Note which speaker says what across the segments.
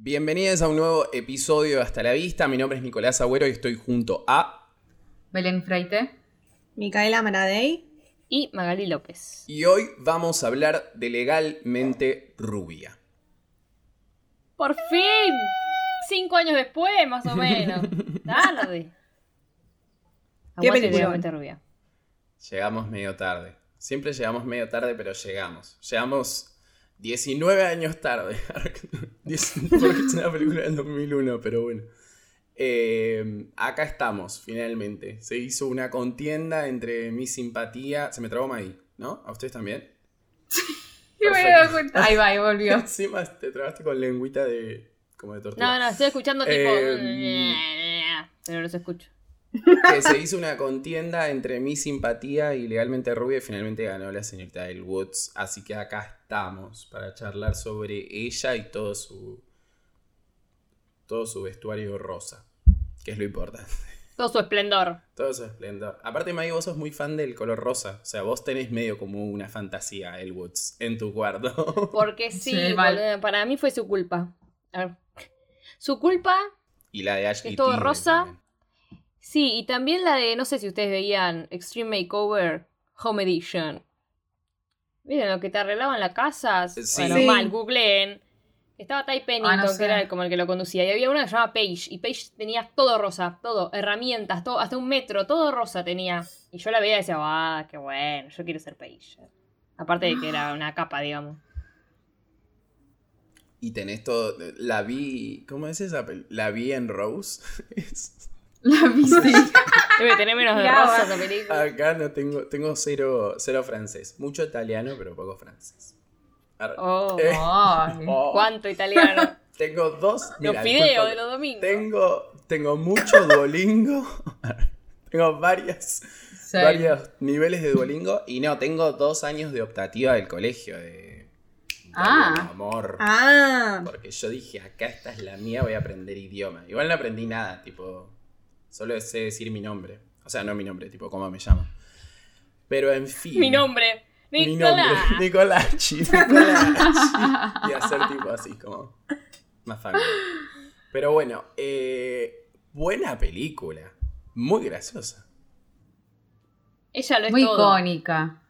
Speaker 1: Bienvenidos a un nuevo episodio de Hasta la Vista. Mi nombre es Nicolás Agüero y estoy junto a.
Speaker 2: Belén Freite.
Speaker 3: Micaela Maradei.
Speaker 4: Y Magali López.
Speaker 1: Y hoy vamos a hablar de Legalmente Rubia.
Speaker 4: ¡Por fin! Cinco años después, más o menos. Tarde.
Speaker 3: Qué
Speaker 4: Aguante
Speaker 3: peliculón.
Speaker 4: Legalmente Rubia.
Speaker 1: Llegamos medio tarde. Siempre llegamos medio tarde, pero llegamos. Llegamos 19 años tarde. Diez- Porque es una película del 2001, pero bueno. Eh, acá estamos, finalmente. Se hizo una contienda entre mi simpatía. Se me trabó ahí, ¿no? ¿A ustedes también?
Speaker 2: Y me he
Speaker 1: Perfecto.
Speaker 2: dado cuenta. Ahí va, ahí volvió.
Speaker 1: Encima te trabaste con lengüita de. como de tortuga.
Speaker 4: No, no, estoy escuchando tipo.
Speaker 1: Eh,
Speaker 4: Pero los escucho.
Speaker 1: que se hizo una contienda entre mi simpatía y legalmente rubia y finalmente ganó la señorita del Woods. Así que acá estamos para charlar sobre ella y todo su. todo su vestuario rosa. Que es lo importante.
Speaker 4: Todo su esplendor.
Speaker 1: Todo su esplendor. Aparte, Maggie, vos sos muy fan del color rosa. O sea, vos tenés medio como una fantasía, el Woods, en tu cuarto.
Speaker 4: Porque sí,
Speaker 2: Sí, mal.
Speaker 4: boludo, para mí fue su culpa. A ver. Su culpa,
Speaker 1: y la de Ashley.
Speaker 4: Es todo
Speaker 1: Tisdale
Speaker 4: rosa.
Speaker 1: también.
Speaker 4: sí, y también la de, no sé si ustedes veían, Extreme Makeover Home Edition. Miren lo que te arreglaban la casa.
Speaker 1: Eh, Sí.
Speaker 4: Bueno,
Speaker 3: Sí.
Speaker 4: mal, googleen. Estaba Ty Pennington,
Speaker 2: Ah, no sé.
Speaker 4: que era el- como el que lo conducía, y había una que se llamaba Paige, y Paige tenía todo rosa, todo, herramientas, todo, hasta un metro, todo rosa tenía. Y yo la veía y decía, ah, qué bueno, yo quiero ser Paige. Aparte de que era una capa, digamos.
Speaker 1: Y tenés todo. La vi. ¿Cómo es esa peli? La vi en Rose. Es-
Speaker 2: La viste.
Speaker 4: Debe tener menos de
Speaker 2: Mirá,
Speaker 4: rosa
Speaker 2: va.
Speaker 4: esa película.
Speaker 1: Acá no tengo, tengo cero, cero francés. Mucho italiano, pero poco francés. Arre.
Speaker 4: Oh.
Speaker 1: Eh,
Speaker 2: Ay.
Speaker 1: oh,
Speaker 4: ¿Cuánto italiano?
Speaker 1: Tengo dos.
Speaker 4: Los
Speaker 1: mira,
Speaker 4: fideos
Speaker 1: disculpa,
Speaker 4: de los domingos.
Speaker 1: Tengo, tengo mucho Duolingo. Arre. tengo varias,
Speaker 2: Sí.
Speaker 1: varios niveles de Duolingo. Y no, tengo dos años de optativa del colegio. De, de
Speaker 2: Ah.
Speaker 1: Amor.
Speaker 3: Ah,
Speaker 1: Porque yo dije, acá esta es la mía, voy a aprender idioma. Igual no aprendí nada, tipo, solo sé decir mi nombre. O sea, no mi nombre, tipo, cómo me llamo. Pero en fin.
Speaker 4: Mi nombre.
Speaker 1: Mi
Speaker 4: Nicolás.
Speaker 1: nombre. Nicolachi. Nicolachi. y hacer tipo así, como más familiar. Pero bueno, eh, buena película. Muy graciosa.
Speaker 4: Ella lo es
Speaker 2: Muy
Speaker 4: todo.
Speaker 2: icónica.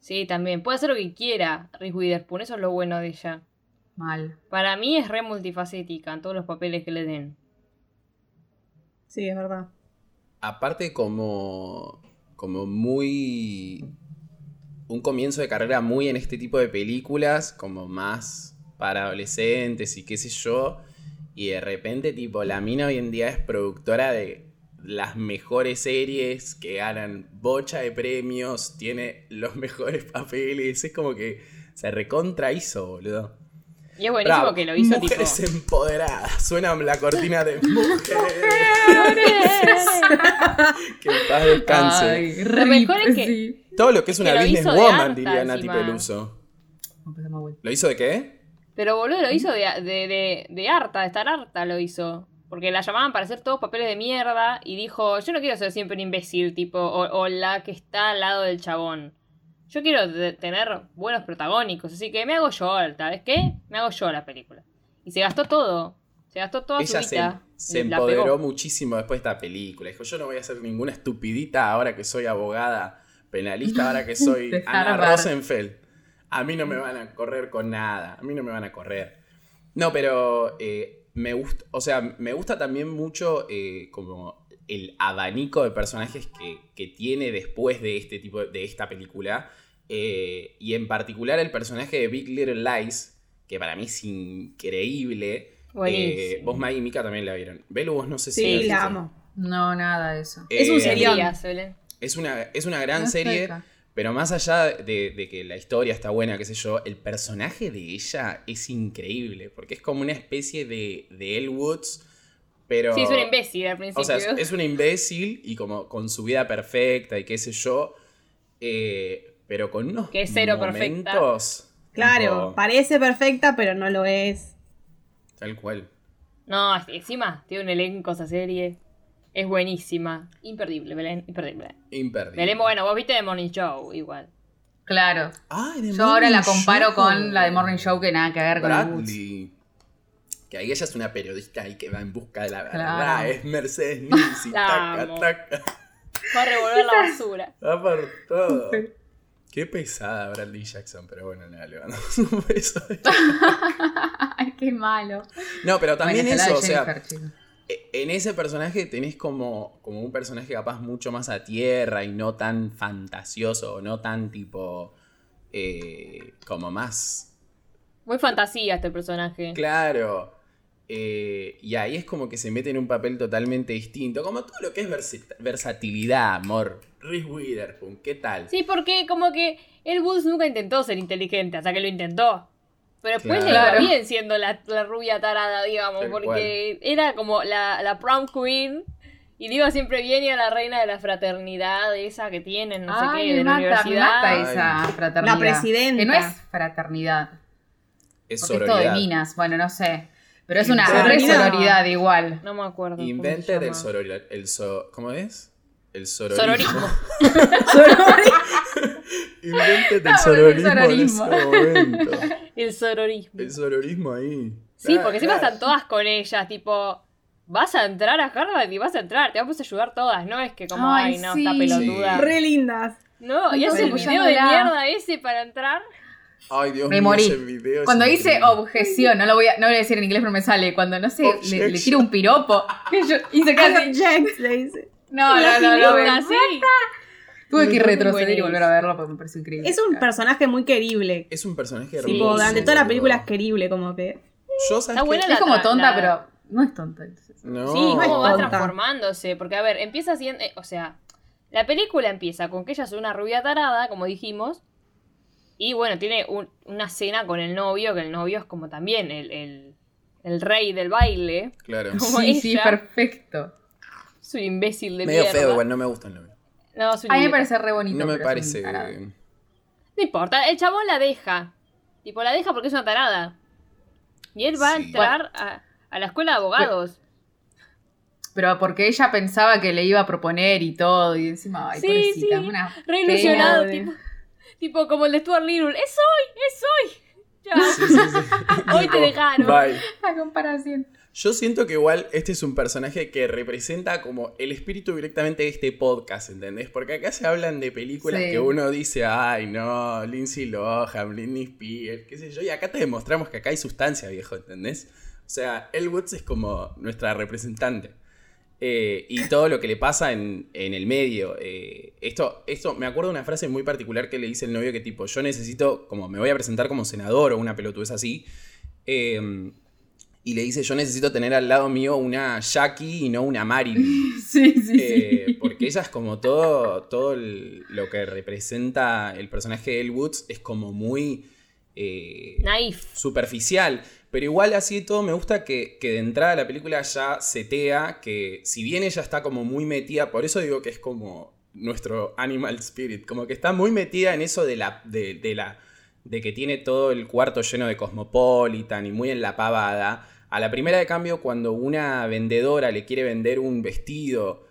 Speaker 4: Sí, también. Puede hacer lo que quiera, Reese Witherspoon. Eso es lo bueno de ella.
Speaker 2: Mal.
Speaker 4: Para mí es re multifacética en todos los papeles que le den.
Speaker 3: sí, es verdad.
Speaker 1: aparte como como muy un comienzo de carrera muy en este tipo de películas como más para adolescentes y qué sé yo y de repente tipo la mina hoy en día es productora de las mejores series que ganan bocha de premios tiene los mejores papeles es como que se recontra hizo boludo
Speaker 4: Y es buenísimo
Speaker 1: Bravo.
Speaker 4: que lo hizo
Speaker 1: mujeres
Speaker 4: tipo.
Speaker 1: empoderadas suenan la cortina de mujeres que en paz descanse
Speaker 2: Ay,
Speaker 4: Lo mejor es que-
Speaker 2: Sí.
Speaker 1: Todo lo que es,
Speaker 4: Es
Speaker 1: una
Speaker 4: que lo
Speaker 1: business
Speaker 4: hizo de
Speaker 1: woman,
Speaker 4: harta
Speaker 1: diría Nati
Speaker 4: encima.
Speaker 1: Peluso.
Speaker 2: Empezamos vuelta.
Speaker 1: ¿Lo hizo de qué?
Speaker 4: Pero boludo, lo hizo de, de, de, de harta, de estar harta lo hizo. Porque la llamaban para hacer todos papeles de mierda y dijo, yo no quiero ser siempre un imbécil, tipo, o, o la que está al lado del chabón. Yo quiero de- tener buenos protagónicos, así que me hago yo, ¿sabes qué? Me hago yo la película. Y se gastó todo. Se gastó toda
Speaker 1: Ella
Speaker 4: su
Speaker 1: se,
Speaker 4: vida.
Speaker 1: se
Speaker 4: y la
Speaker 1: empoderó eh,
Speaker 4: pegó.
Speaker 1: muchísimo después de esta película. Dijo, yo no voy a hacer ninguna estupidita ahora que soy abogada penalista, ahora que soy
Speaker 2: Dejar
Speaker 1: Ana
Speaker 2: hablar.
Speaker 1: Rosenfeld. A mí no me van a correr con nada. A mí no me van a correr. No, pero eh, me gusta, o sea, me gusta también mucho eh, como el abanico de personajes que, que tiene después de este tipo de, de esta película. Eh, y en particular el personaje de Big Little Lies, que para mí es increíble. Eh,
Speaker 4: Buenísimo.
Speaker 1: vos, Maggie y Mika también la vieron. Belu, vos no sé si.
Speaker 3: Sí,
Speaker 1: viste.
Speaker 3: la amo.
Speaker 2: No, nada de eso.
Speaker 1: Eh,
Speaker 3: Es un
Speaker 4: Qué
Speaker 3: serión.
Speaker 4: días, Belén.
Speaker 1: Es una, es una
Speaker 2: No
Speaker 1: gran
Speaker 2: estoy
Speaker 1: serie,
Speaker 2: acá.
Speaker 1: pero más allá de, de que la historia está buena, qué sé yo, el personaje de ella es increíble, porque es como una especie de, de Elle Woods, pero...
Speaker 4: Sí, es un imbécil al principio.
Speaker 1: O sea, es, es una imbécil y como con su vida perfecta y qué sé yo, eh, pero con unos
Speaker 4: Que es cero perfecta.
Speaker 1: momentos...
Speaker 3: Claro,
Speaker 1: tipo,
Speaker 3: parece perfecta, pero no lo es.
Speaker 1: tal cual.
Speaker 4: No, encima tiene un elenco esa serie. Es buenísima. Imperdible, Belén. Imperdible.
Speaker 1: Imperdible.
Speaker 4: Belén, bueno, vos viste The Morning Show igual.
Speaker 2: Claro.
Speaker 1: Ah, The
Speaker 2: Yo ahora la
Speaker 1: Morning
Speaker 2: comparo
Speaker 1: Show.
Speaker 2: con la de Morning Show que nada que ver con el Woods.
Speaker 1: Bradley. Que ahí ella es una periodista ahí que va en busca de la verdad.
Speaker 2: Claro.
Speaker 1: Es Mercedes Ninzi,
Speaker 4: La
Speaker 1: taca,
Speaker 4: amo.
Speaker 1: taca.
Speaker 4: Va a revolver la basura.
Speaker 1: Va por todo.
Speaker 3: Sí.
Speaker 1: Qué pesada Bradley Jackson, pero bueno, nada, le mandamos un beso.
Speaker 2: Ay, qué malo.
Speaker 1: No, pero también
Speaker 2: Bueno,
Speaker 1: eso,
Speaker 2: ojalá
Speaker 1: o sea,
Speaker 2: Jennifer, chicos.
Speaker 1: E- En ese personaje tenés como, como un personaje capaz mucho más a tierra y no tan fantasioso, no tan tipo. eh, como más.
Speaker 4: Muy fantasía este personaje.
Speaker 1: Claro. Eh, y ahí es como que se mete en un papel totalmente distinto. Como todo lo que es versi- versatilidad, amor. Reese Witherspoon, ¿qué tal?
Speaker 4: Sí, porque como que el Woods nunca intentó ser inteligente, hasta que lo intentó. Pero después
Speaker 1: Claro.
Speaker 4: le iba bien siendo la, la rubia tarada, digamos,
Speaker 1: Tal
Speaker 4: porque era como la, la prom queen y le iba siempre bien y era la reina de la fraternidad esa que tienen, no sé
Speaker 2: Ay,
Speaker 4: qué, de la
Speaker 2: mata,
Speaker 4: universidad.
Speaker 2: mata esa fraternidad.
Speaker 3: La presidenta.
Speaker 2: Que no es fraternidad.
Speaker 1: es
Speaker 2: Porque es todo de
Speaker 1: sororidad.
Speaker 2: minas. Bueno, no sé. Pero es una re
Speaker 3: Sororidad.
Speaker 2: sororidad igual.
Speaker 4: No me acuerdo. cómo se
Speaker 1: Invented el
Speaker 4: llama.
Speaker 1: sororidad. El so- ¿Cómo es? El sororismo.
Speaker 4: Sororismo.
Speaker 1: Invented el
Speaker 2: Estamos en el
Speaker 1: sororismo en ese momento.
Speaker 4: El sororismo.
Speaker 1: El sororismo ahí.
Speaker 4: Sí,
Speaker 1: Ah,
Speaker 4: porque siempre
Speaker 1: claro.
Speaker 4: están todas con ellas, tipo, vas a entrar a Harvard y vas a entrar, te vamos a ayudar todas, no es que como, ay,
Speaker 2: Ay,
Speaker 4: no,
Speaker 2: sí.
Speaker 4: está pelotuda.
Speaker 1: Sí.
Speaker 3: Re lindas.
Speaker 4: No, y hace el
Speaker 2: Entonces, pues
Speaker 4: video de
Speaker 2: apoyándola.
Speaker 4: mierda ese para entrar.
Speaker 1: Ay, Dios
Speaker 2: Me
Speaker 1: mío,
Speaker 2: morí.
Speaker 1: ese video es
Speaker 2: Cuando dice "Oh,
Speaker 1: increíble.
Speaker 2: objeción, no lo voy a, no lo voy a decir en inglés, pero me sale. Cuando no sé, le, le tiro un piropo. que yo hice casi.
Speaker 3: Jax le dice.
Speaker 2: No, no, no, no.
Speaker 4: Linda,
Speaker 2: no.
Speaker 4: sí.
Speaker 2: Tuve que retroceder y
Speaker 4: Buenísimo.
Speaker 2: volver a verlo porque me pareció increíble.
Speaker 3: Es un personaje muy querible.
Speaker 1: Es un personaje
Speaker 4: Sí.
Speaker 1: hermoso.
Speaker 3: Tipo, durante toda la
Speaker 1: boludo.
Speaker 3: película es querible, como que.
Speaker 1: Yo, ¿sabes
Speaker 4: Está
Speaker 1: qué?
Speaker 4: buena
Speaker 2: Es como
Speaker 4: La-
Speaker 2: tonta,
Speaker 4: la-
Speaker 2: pero no es tonta. entonces.
Speaker 1: No.
Speaker 4: sí, cómo va
Speaker 3: tonta.
Speaker 4: transformándose. Porque, a ver, empieza siendo. eh, o sea, la película empieza con que ella es una rubia tarada, como dijimos. Y bueno, tiene un- una cena con el novio, que el novio es como también el, el- el rey del baile.
Speaker 1: Claro.
Speaker 4: Como
Speaker 2: Sí, sí,
Speaker 4: ella.
Speaker 2: perfecto.
Speaker 4: Es un imbécil de
Speaker 1: Medio
Speaker 4: mierda.
Speaker 1: feo, igual no me gusta el nombre.
Speaker 4: No, es un
Speaker 2: A mí me
Speaker 4: idiota.
Speaker 2: parece re bonito.
Speaker 1: No me
Speaker 2: pero es
Speaker 1: parece.
Speaker 2: un tarado.
Speaker 4: No importa, el chabón la deja. Tipo, la deja porque es una tarada. Y él va a
Speaker 1: Sí.
Speaker 4: entrar a, a la escuela de abogados.
Speaker 2: Pero porque ella pensaba que le iba a proponer y todo, y encima, ay,
Speaker 4: Sí,
Speaker 2: pobrecita,
Speaker 4: sí.
Speaker 2: una
Speaker 4: Re
Speaker 2: pena
Speaker 4: ilusionado,
Speaker 2: de-
Speaker 4: tipo, tipo como el de Stuart Little. ¡Es hoy! ¡Es hoy! Chao.
Speaker 1: Sí, sí, sí.
Speaker 4: Hoy
Speaker 1: Tipo,
Speaker 4: te dejaron.
Speaker 1: Bye.
Speaker 2: La comparación.
Speaker 1: Yo siento que igual este es un personaje que representa como el espíritu directamente de este podcast, ¿entendés? Porque acá se hablan de películas
Speaker 2: Sí.
Speaker 1: que uno dice, ay no, Lindsay Lohan, Britney Spears, qué sé yo, y acá te demostramos que acá hay sustancia, viejo, ¿entendés? O sea, Elle Woods es como nuestra representante. Eh, y todo lo que le pasa en, en el medio. eh, esto, esto, me acuerdo de una frase muy particular que le dice el novio que tipo, yo necesito, como me voy a presentar como senador o una pelotudez así. eh, y le dice, yo necesito tener al lado mío una Jackie y no una Marilyn.
Speaker 2: Sí, sí,
Speaker 1: Eh,
Speaker 2: sí.
Speaker 1: porque ella es como todo, todo el- lo que representa el personaje de Elle Woods es como muy... eh,
Speaker 4: Naif.
Speaker 1: superficial. Pero igual así de todo me gusta que, que de entrada la película ya setea que si bien ella está como muy metida, por eso digo que es como nuestro animal spirit, como que está muy metida en eso de la, de, de la, de que tiene todo el cuarto lleno de cosmopolitan y muy en la pavada. A la primera de cambio, cuando una vendedora le quiere vender un vestido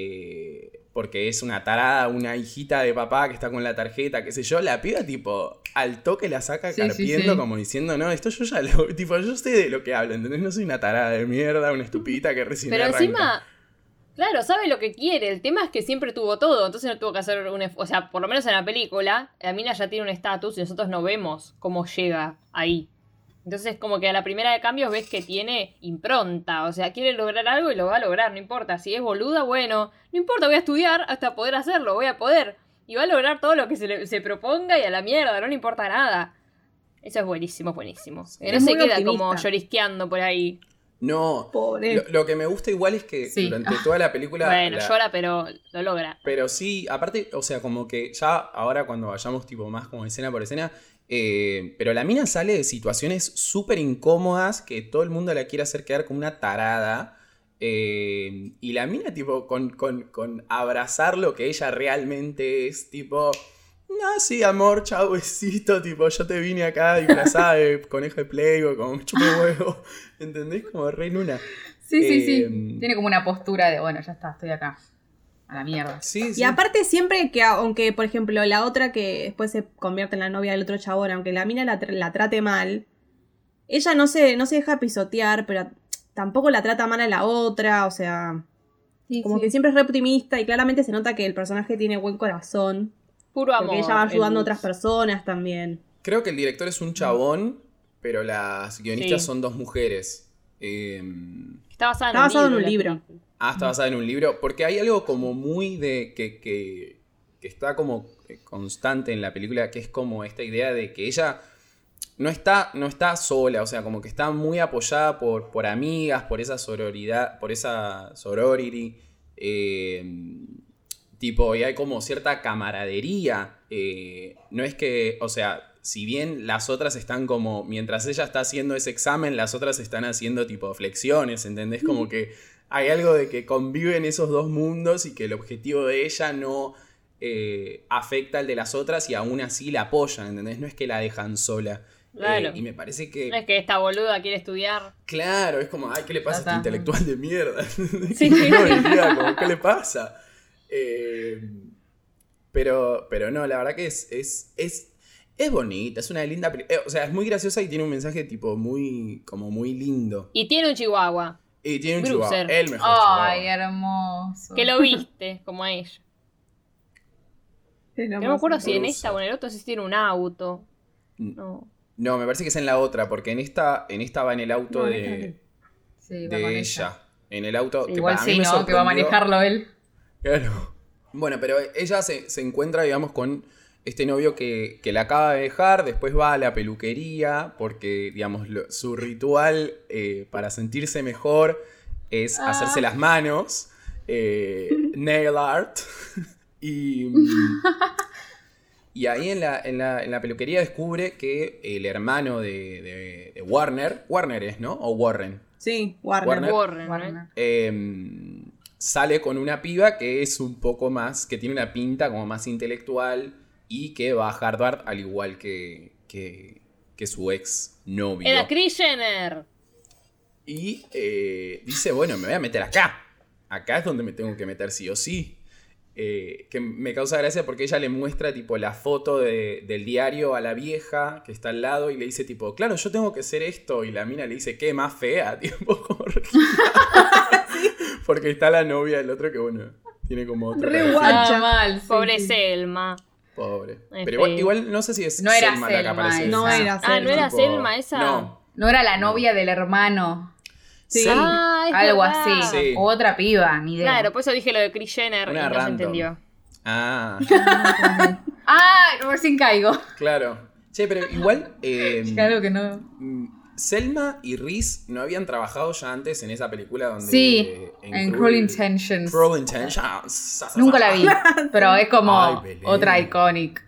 Speaker 1: eh, porque es una tarada, una hijita de papá que está con la tarjeta, qué sé yo, la piba tipo al toque la saca
Speaker 2: Sí, sí,
Speaker 1: carpiendo
Speaker 2: sí.
Speaker 1: como diciendo, no, esto yo ya lo, tipo, yo sé de lo que hablo, ¿entendés? No soy una tarada de mierda, una estupidita que recién
Speaker 4: Pero
Speaker 1: arranca".
Speaker 4: encima, claro, sabe lo que quiere. El tema es que siempre tuvo todo, entonces no tuvo que hacer un. esf- O sea, por lo menos en la película, la mina ya tiene un estatus y nosotros no vemos cómo llega ahí. Entonces, como que a la primera de cambios ves que tiene impronta. O sea, quiere lograr algo y lo va a lograr, no importa. Si es boluda, bueno, no importa, voy a estudiar hasta poder hacerlo, voy a poder. Y va a lograr todo lo que se, le- se proponga y a la mierda, no le importa nada. Eso es buenísimo, buenísimo. Que no
Speaker 3: Es
Speaker 4: se
Speaker 3: muy
Speaker 4: queda como
Speaker 3: optimista.
Speaker 4: llorisqueando por ahí.
Speaker 1: No,
Speaker 3: Pobre.
Speaker 1: lo, lo que me gusta igual es que
Speaker 2: Sí.
Speaker 1: durante toda la película...
Speaker 4: Bueno,
Speaker 1: la-
Speaker 4: llora, pero lo logra.
Speaker 1: Pero sí, aparte, o sea, como que ya ahora cuando vayamos tipo más como escena por escena, eh, pero la mina sale de situaciones súper incómodas que todo el mundo la quiere hacer quedar como una tarada. eh, y la mina tipo con, con- con abrazar lo que ella realmente es, tipo, no, sí, amor, chau, besito, tipo, yo te vine acá disfrazada de conejo de Playboy, como me chupo huevo, ¿entendés? Como re nuna.
Speaker 2: Sí, sí,
Speaker 1: eh,
Speaker 2: sí. Tiene como una postura de, bueno, ya está, estoy acá. A la mierda.
Speaker 1: Sí, sí.
Speaker 3: Y aparte siempre que, aunque por ejemplo la otra que después se convierte en la novia del otro chabón, aunque la mina la, tr- la trate mal, ella no se, no se deja pisotear, pero tampoco la trata mal a la otra, o sea,
Speaker 2: Sí,
Speaker 3: como
Speaker 2: sí.
Speaker 3: que siempre es re optimista y claramente se nota que el personaje tiene buen corazón,
Speaker 4: Puro amor.
Speaker 3: porque ella va ayudando a
Speaker 4: el
Speaker 3: otras
Speaker 4: Lutz.
Speaker 3: personas también.
Speaker 1: Creo que el director es un chabón, pero las guionistas
Speaker 4: Sí.
Speaker 1: son dos mujeres. Eh,
Speaker 4: Está basado en
Speaker 3: Está basado en un
Speaker 4: la
Speaker 3: libro.
Speaker 4: película.
Speaker 1: ah, está basada en un libro. Porque hay algo como muy de. que, que, que está como eh, constante en la película, que es como esta idea de que ella. No está, no está sola, o sea, como que está muy apoyada por, por amigas, por esa sororidad, por esa sorority. eh, tipo, y hay como cierta camaradería. eh, no es que, o sea, si bien las otras están como, mientras ella está haciendo ese examen, las otras están haciendo tipo flexiones, ¿entendés? Como que hay algo de que conviven esos dos mundos y que el objetivo de ella no eh, afecta al de las otras y aún así la apoyan, ¿entendés? No es que la dejan sola. Eh,
Speaker 4: Claro.
Speaker 1: y me parece
Speaker 4: No es
Speaker 1: que,
Speaker 4: que esta boluda quiere estudiar.
Speaker 1: claro, es como, ay, ¿qué le pasa a este
Speaker 2: Ajá.
Speaker 1: intelectual de mierda?
Speaker 4: Sí.
Speaker 1: No, diría, como, ¿qué le pasa? Eh, pero, pero no, la verdad que es, es, es, es bonita, es una linda peli- eh, o sea, es muy graciosa y tiene un mensaje tipo muy, como muy lindo.
Speaker 4: Y tiene un chihuahua.
Speaker 1: Y tiene un
Speaker 4: Brucer.
Speaker 1: chihuahua, el mejor
Speaker 2: Ay,
Speaker 1: chihuahua.
Speaker 2: hermoso.
Speaker 4: Que
Speaker 1: Ah.
Speaker 4: lo viste, como a ella.
Speaker 3: Es lo
Speaker 4: No me
Speaker 3: más
Speaker 4: acuerdo si en
Speaker 1: Bruce.
Speaker 4: esta o en el otro si tiene un auto.
Speaker 1: Mm.
Speaker 4: No.
Speaker 1: No, me parece que es en la otra, porque en esta, en esta va en el auto
Speaker 3: No, en esta
Speaker 1: de,
Speaker 2: Sí, va
Speaker 1: de
Speaker 2: con
Speaker 1: ella. En el auto. que
Speaker 2: Igual
Speaker 1: para mí
Speaker 2: sí,
Speaker 1: me
Speaker 2: ¿no? Que va a
Speaker 1: sorprendió.
Speaker 2: manejarlo él.
Speaker 1: Claro. Bueno, pero ella se, se encuentra, digamos, con este novio que, que la acaba de dejar, después va a la peluquería, porque, digamos, lo- su ritual eh, para sentirse mejor es
Speaker 2: Ah.
Speaker 1: hacerse las manos, eh, nail art, y... Y ahí en la, en la, en la peluquería descubre que el hermano de, de- de Warner, Warner es, ¿no? O Warren.
Speaker 3: Sí, Warner.
Speaker 1: Warner.
Speaker 4: Warren. ¿no?
Speaker 2: Warner.
Speaker 1: eh, sale con una piba que es un poco más, que tiene una pinta como más intelectual y que va a Harvard al igual que, que, que su ex novio.
Speaker 4: Era Kris Jenner.
Speaker 1: Y eh, dice, bueno, me voy a meter acá. Acá es donde me tengo que meter sí o sí. Eh, que me causa gracia porque ella le muestra tipo la foto de- del diario a la vieja que está al lado y le dice tipo, claro, yo tengo que ser esto. Y la mina le dice, qué más fea, tipo, como regida. Porque está la novia del otro que, bueno, tiene como otro
Speaker 3: Re
Speaker 1: perfil.
Speaker 3: guay.
Speaker 2: Ah,
Speaker 3: Guacha.
Speaker 2: mal. sí,
Speaker 4: Pobre
Speaker 2: sí.
Speaker 4: Selma.
Speaker 1: Pobre.
Speaker 4: Es
Speaker 1: Pero igual,
Speaker 4: feo.
Speaker 1: igual no sé si es
Speaker 2: No era
Speaker 1: Selma la que
Speaker 2: Selma
Speaker 1: aparece.
Speaker 2: esa.
Speaker 3: No era
Speaker 4: Ah, ¿no
Speaker 3: Selma.
Speaker 4: era Selma esa?
Speaker 1: No.
Speaker 2: No era la
Speaker 1: No.
Speaker 2: novia del hermano.
Speaker 3: Sí.
Speaker 4: Ah, es
Speaker 2: algo
Speaker 4: verdad.
Speaker 2: así.
Speaker 1: Sí.
Speaker 2: O otra piba, ni idea.
Speaker 4: Claro, por eso dije lo de Kris Jenner
Speaker 1: Una
Speaker 4: y no se
Speaker 1: random.
Speaker 4: entendió.
Speaker 1: Ah,
Speaker 2: Ah, recién caigo.
Speaker 1: claro. Che, pero igual... eh,
Speaker 2: Claro que no.
Speaker 1: Mm, Selma y Reese no habían trabajado ya antes en esa película donde.
Speaker 2: Sí, en Cruel Intentions.
Speaker 1: Cruel Intentions.
Speaker 2: Nunca la vi, pero es como
Speaker 1: Ay, Belén.
Speaker 2: otra icónica.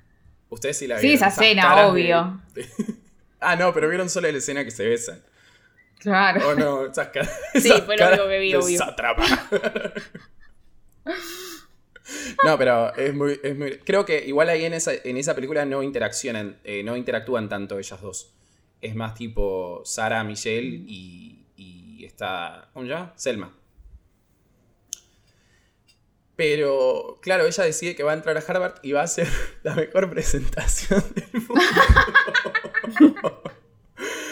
Speaker 1: Ustedes sí la
Speaker 2: Sí,
Speaker 1: vieron.
Speaker 2: esa
Speaker 1: esas
Speaker 2: escena,
Speaker 1: caras de-
Speaker 2: obvio.
Speaker 1: Ah, no, pero vieron solo la escena que se besan.
Speaker 2: Claro.
Speaker 1: Oh, no, esas caras.
Speaker 4: Sí,
Speaker 1: esas
Speaker 4: fue lo
Speaker 1: caras
Speaker 4: único que vi,
Speaker 1: de
Speaker 4: obvio.
Speaker 1: sátrapa. No, pero es muy, es muy- Creo que igual ahí en esa, en esa película no interaccionan, eh, no interactúan tanto ellas dos. Es más tipo Sara, Michelle y, y está. ¿Cómo se llama? Selma. Pero, claro, ella decide que va a entrar a Harvard y va a hacer la mejor presentación del mundo.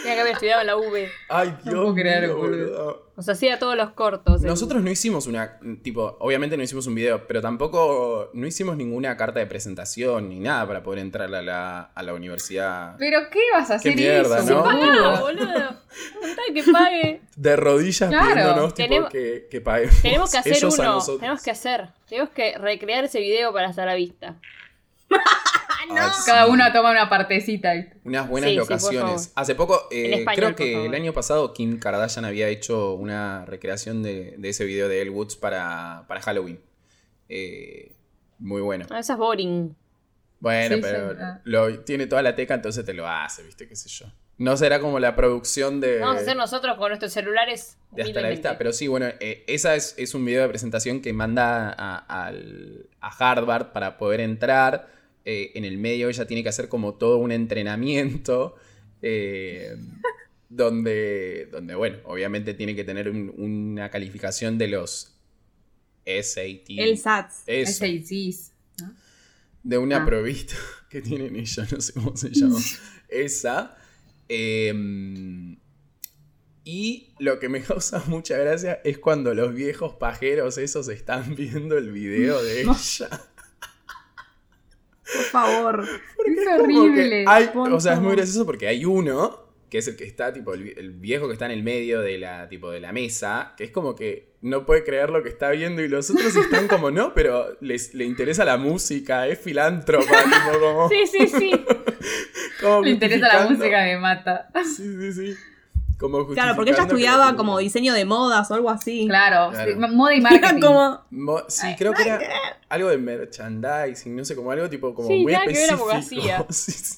Speaker 4: Tenía que haber estudiado en la V.
Speaker 1: Ay, Dios
Speaker 2: puedo creer,
Speaker 1: mío,
Speaker 2: boludo.
Speaker 1: boludo.
Speaker 4: Nos hacía todos los cortos. eh. el-
Speaker 1: Nosotros no hicimos una, tipo, obviamente no hicimos un video, pero tampoco no hicimos ninguna carta de presentación ni nada para poder entrar a la, a la universidad.
Speaker 2: Pero ¿qué vas a
Speaker 1: Qué
Speaker 2: hacer
Speaker 1: mierda,
Speaker 2: eso?
Speaker 1: ¿no?
Speaker 4: Ah,
Speaker 2: boludo?
Speaker 4: boludo. Contá que pague.
Speaker 1: De rodillas
Speaker 2: Claro.
Speaker 1: pidiéndonos tipo,
Speaker 4: Tenemos-
Speaker 1: que, que paguemos.
Speaker 4: Tenemos que hacer
Speaker 1: Ellos a
Speaker 4: uno.
Speaker 1: nosotros.
Speaker 4: Tenemos que hacer. Tenemos que recrear ese video para estar a vista.
Speaker 1: Ay,
Speaker 2: Cada
Speaker 1: sí.
Speaker 2: uno toma una partecita.
Speaker 1: Unas buenas
Speaker 4: Sí, sí, por
Speaker 1: locaciones.
Speaker 4: favor.
Speaker 1: Hace poco, eh,
Speaker 4: En español,
Speaker 1: creo
Speaker 4: por
Speaker 1: que
Speaker 4: favor.
Speaker 1: el año pasado Kim Kardashian había hecho una recreación de, de ese video de Elle Woods para, para Halloween. Eh, muy bueno.
Speaker 4: No, esa es boring.
Speaker 1: Bueno,
Speaker 2: Sí,
Speaker 1: pero
Speaker 2: sí, ah.
Speaker 1: lo, tiene toda la teca, entonces te lo hace, ¿viste? ¿Qué sé yo? No será como la producción de,
Speaker 4: Vamos a hacer nosotros con nuestros
Speaker 1: Eh, de
Speaker 4: celulares.
Speaker 1: Hasta la
Speaker 4: humildemente.
Speaker 1: Vista, pero sí, bueno, eh, esa es, es un video de presentación que manda a, al- a Harvard para poder entrar. Eh, en el medio ella tiene que hacer como todo un entrenamiento. eh, donde, donde, bueno, obviamente tiene que tener un- una calificación de los SAT.
Speaker 3: El SATS.
Speaker 1: Eso,
Speaker 2: Ese Isis.
Speaker 1: de una
Speaker 2: Ah.
Speaker 1: probita que tienen ella, no sé cómo se llama. Esa. Em, y lo que me causa mucha gracia es cuando los viejos pajeros esos están viendo el video de ella.
Speaker 3: Por favor.
Speaker 2: Es
Speaker 1: Como que
Speaker 2: horrible.
Speaker 1: hay-
Speaker 2: por
Speaker 1: o sea, es muy
Speaker 2: favor.
Speaker 1: gracioso porque hay uno, que es el que está, tipo, el, vi- el viejo que está en el medio de la, tipo, de la mesa, que es como que no puede creer lo que está viendo y los otros están como, no, pero les, le interesa la música, es filántropa, tipo, como,
Speaker 4: Sí, sí, sí.
Speaker 1: como
Speaker 2: Le interesa la
Speaker 1: justificando.
Speaker 2: música, me mata.
Speaker 1: Sí, sí, sí. Como
Speaker 3: Claro, porque ella
Speaker 1: justificando que
Speaker 3: estudiaba
Speaker 1: la-
Speaker 3: como diseño de modas o algo así.
Speaker 2: Claro,
Speaker 1: Claro.
Speaker 2: sí, moda y
Speaker 3: Eran
Speaker 2: marketing.
Speaker 3: como.
Speaker 1: Mo- sí,
Speaker 2: Ay,
Speaker 1: creo que era algo de merchandising, no sé, como algo tipo como
Speaker 4: Sí,
Speaker 1: muy
Speaker 4: nada que ver
Speaker 1: específico.
Speaker 4: abogacía.
Speaker 1: Sí, sí.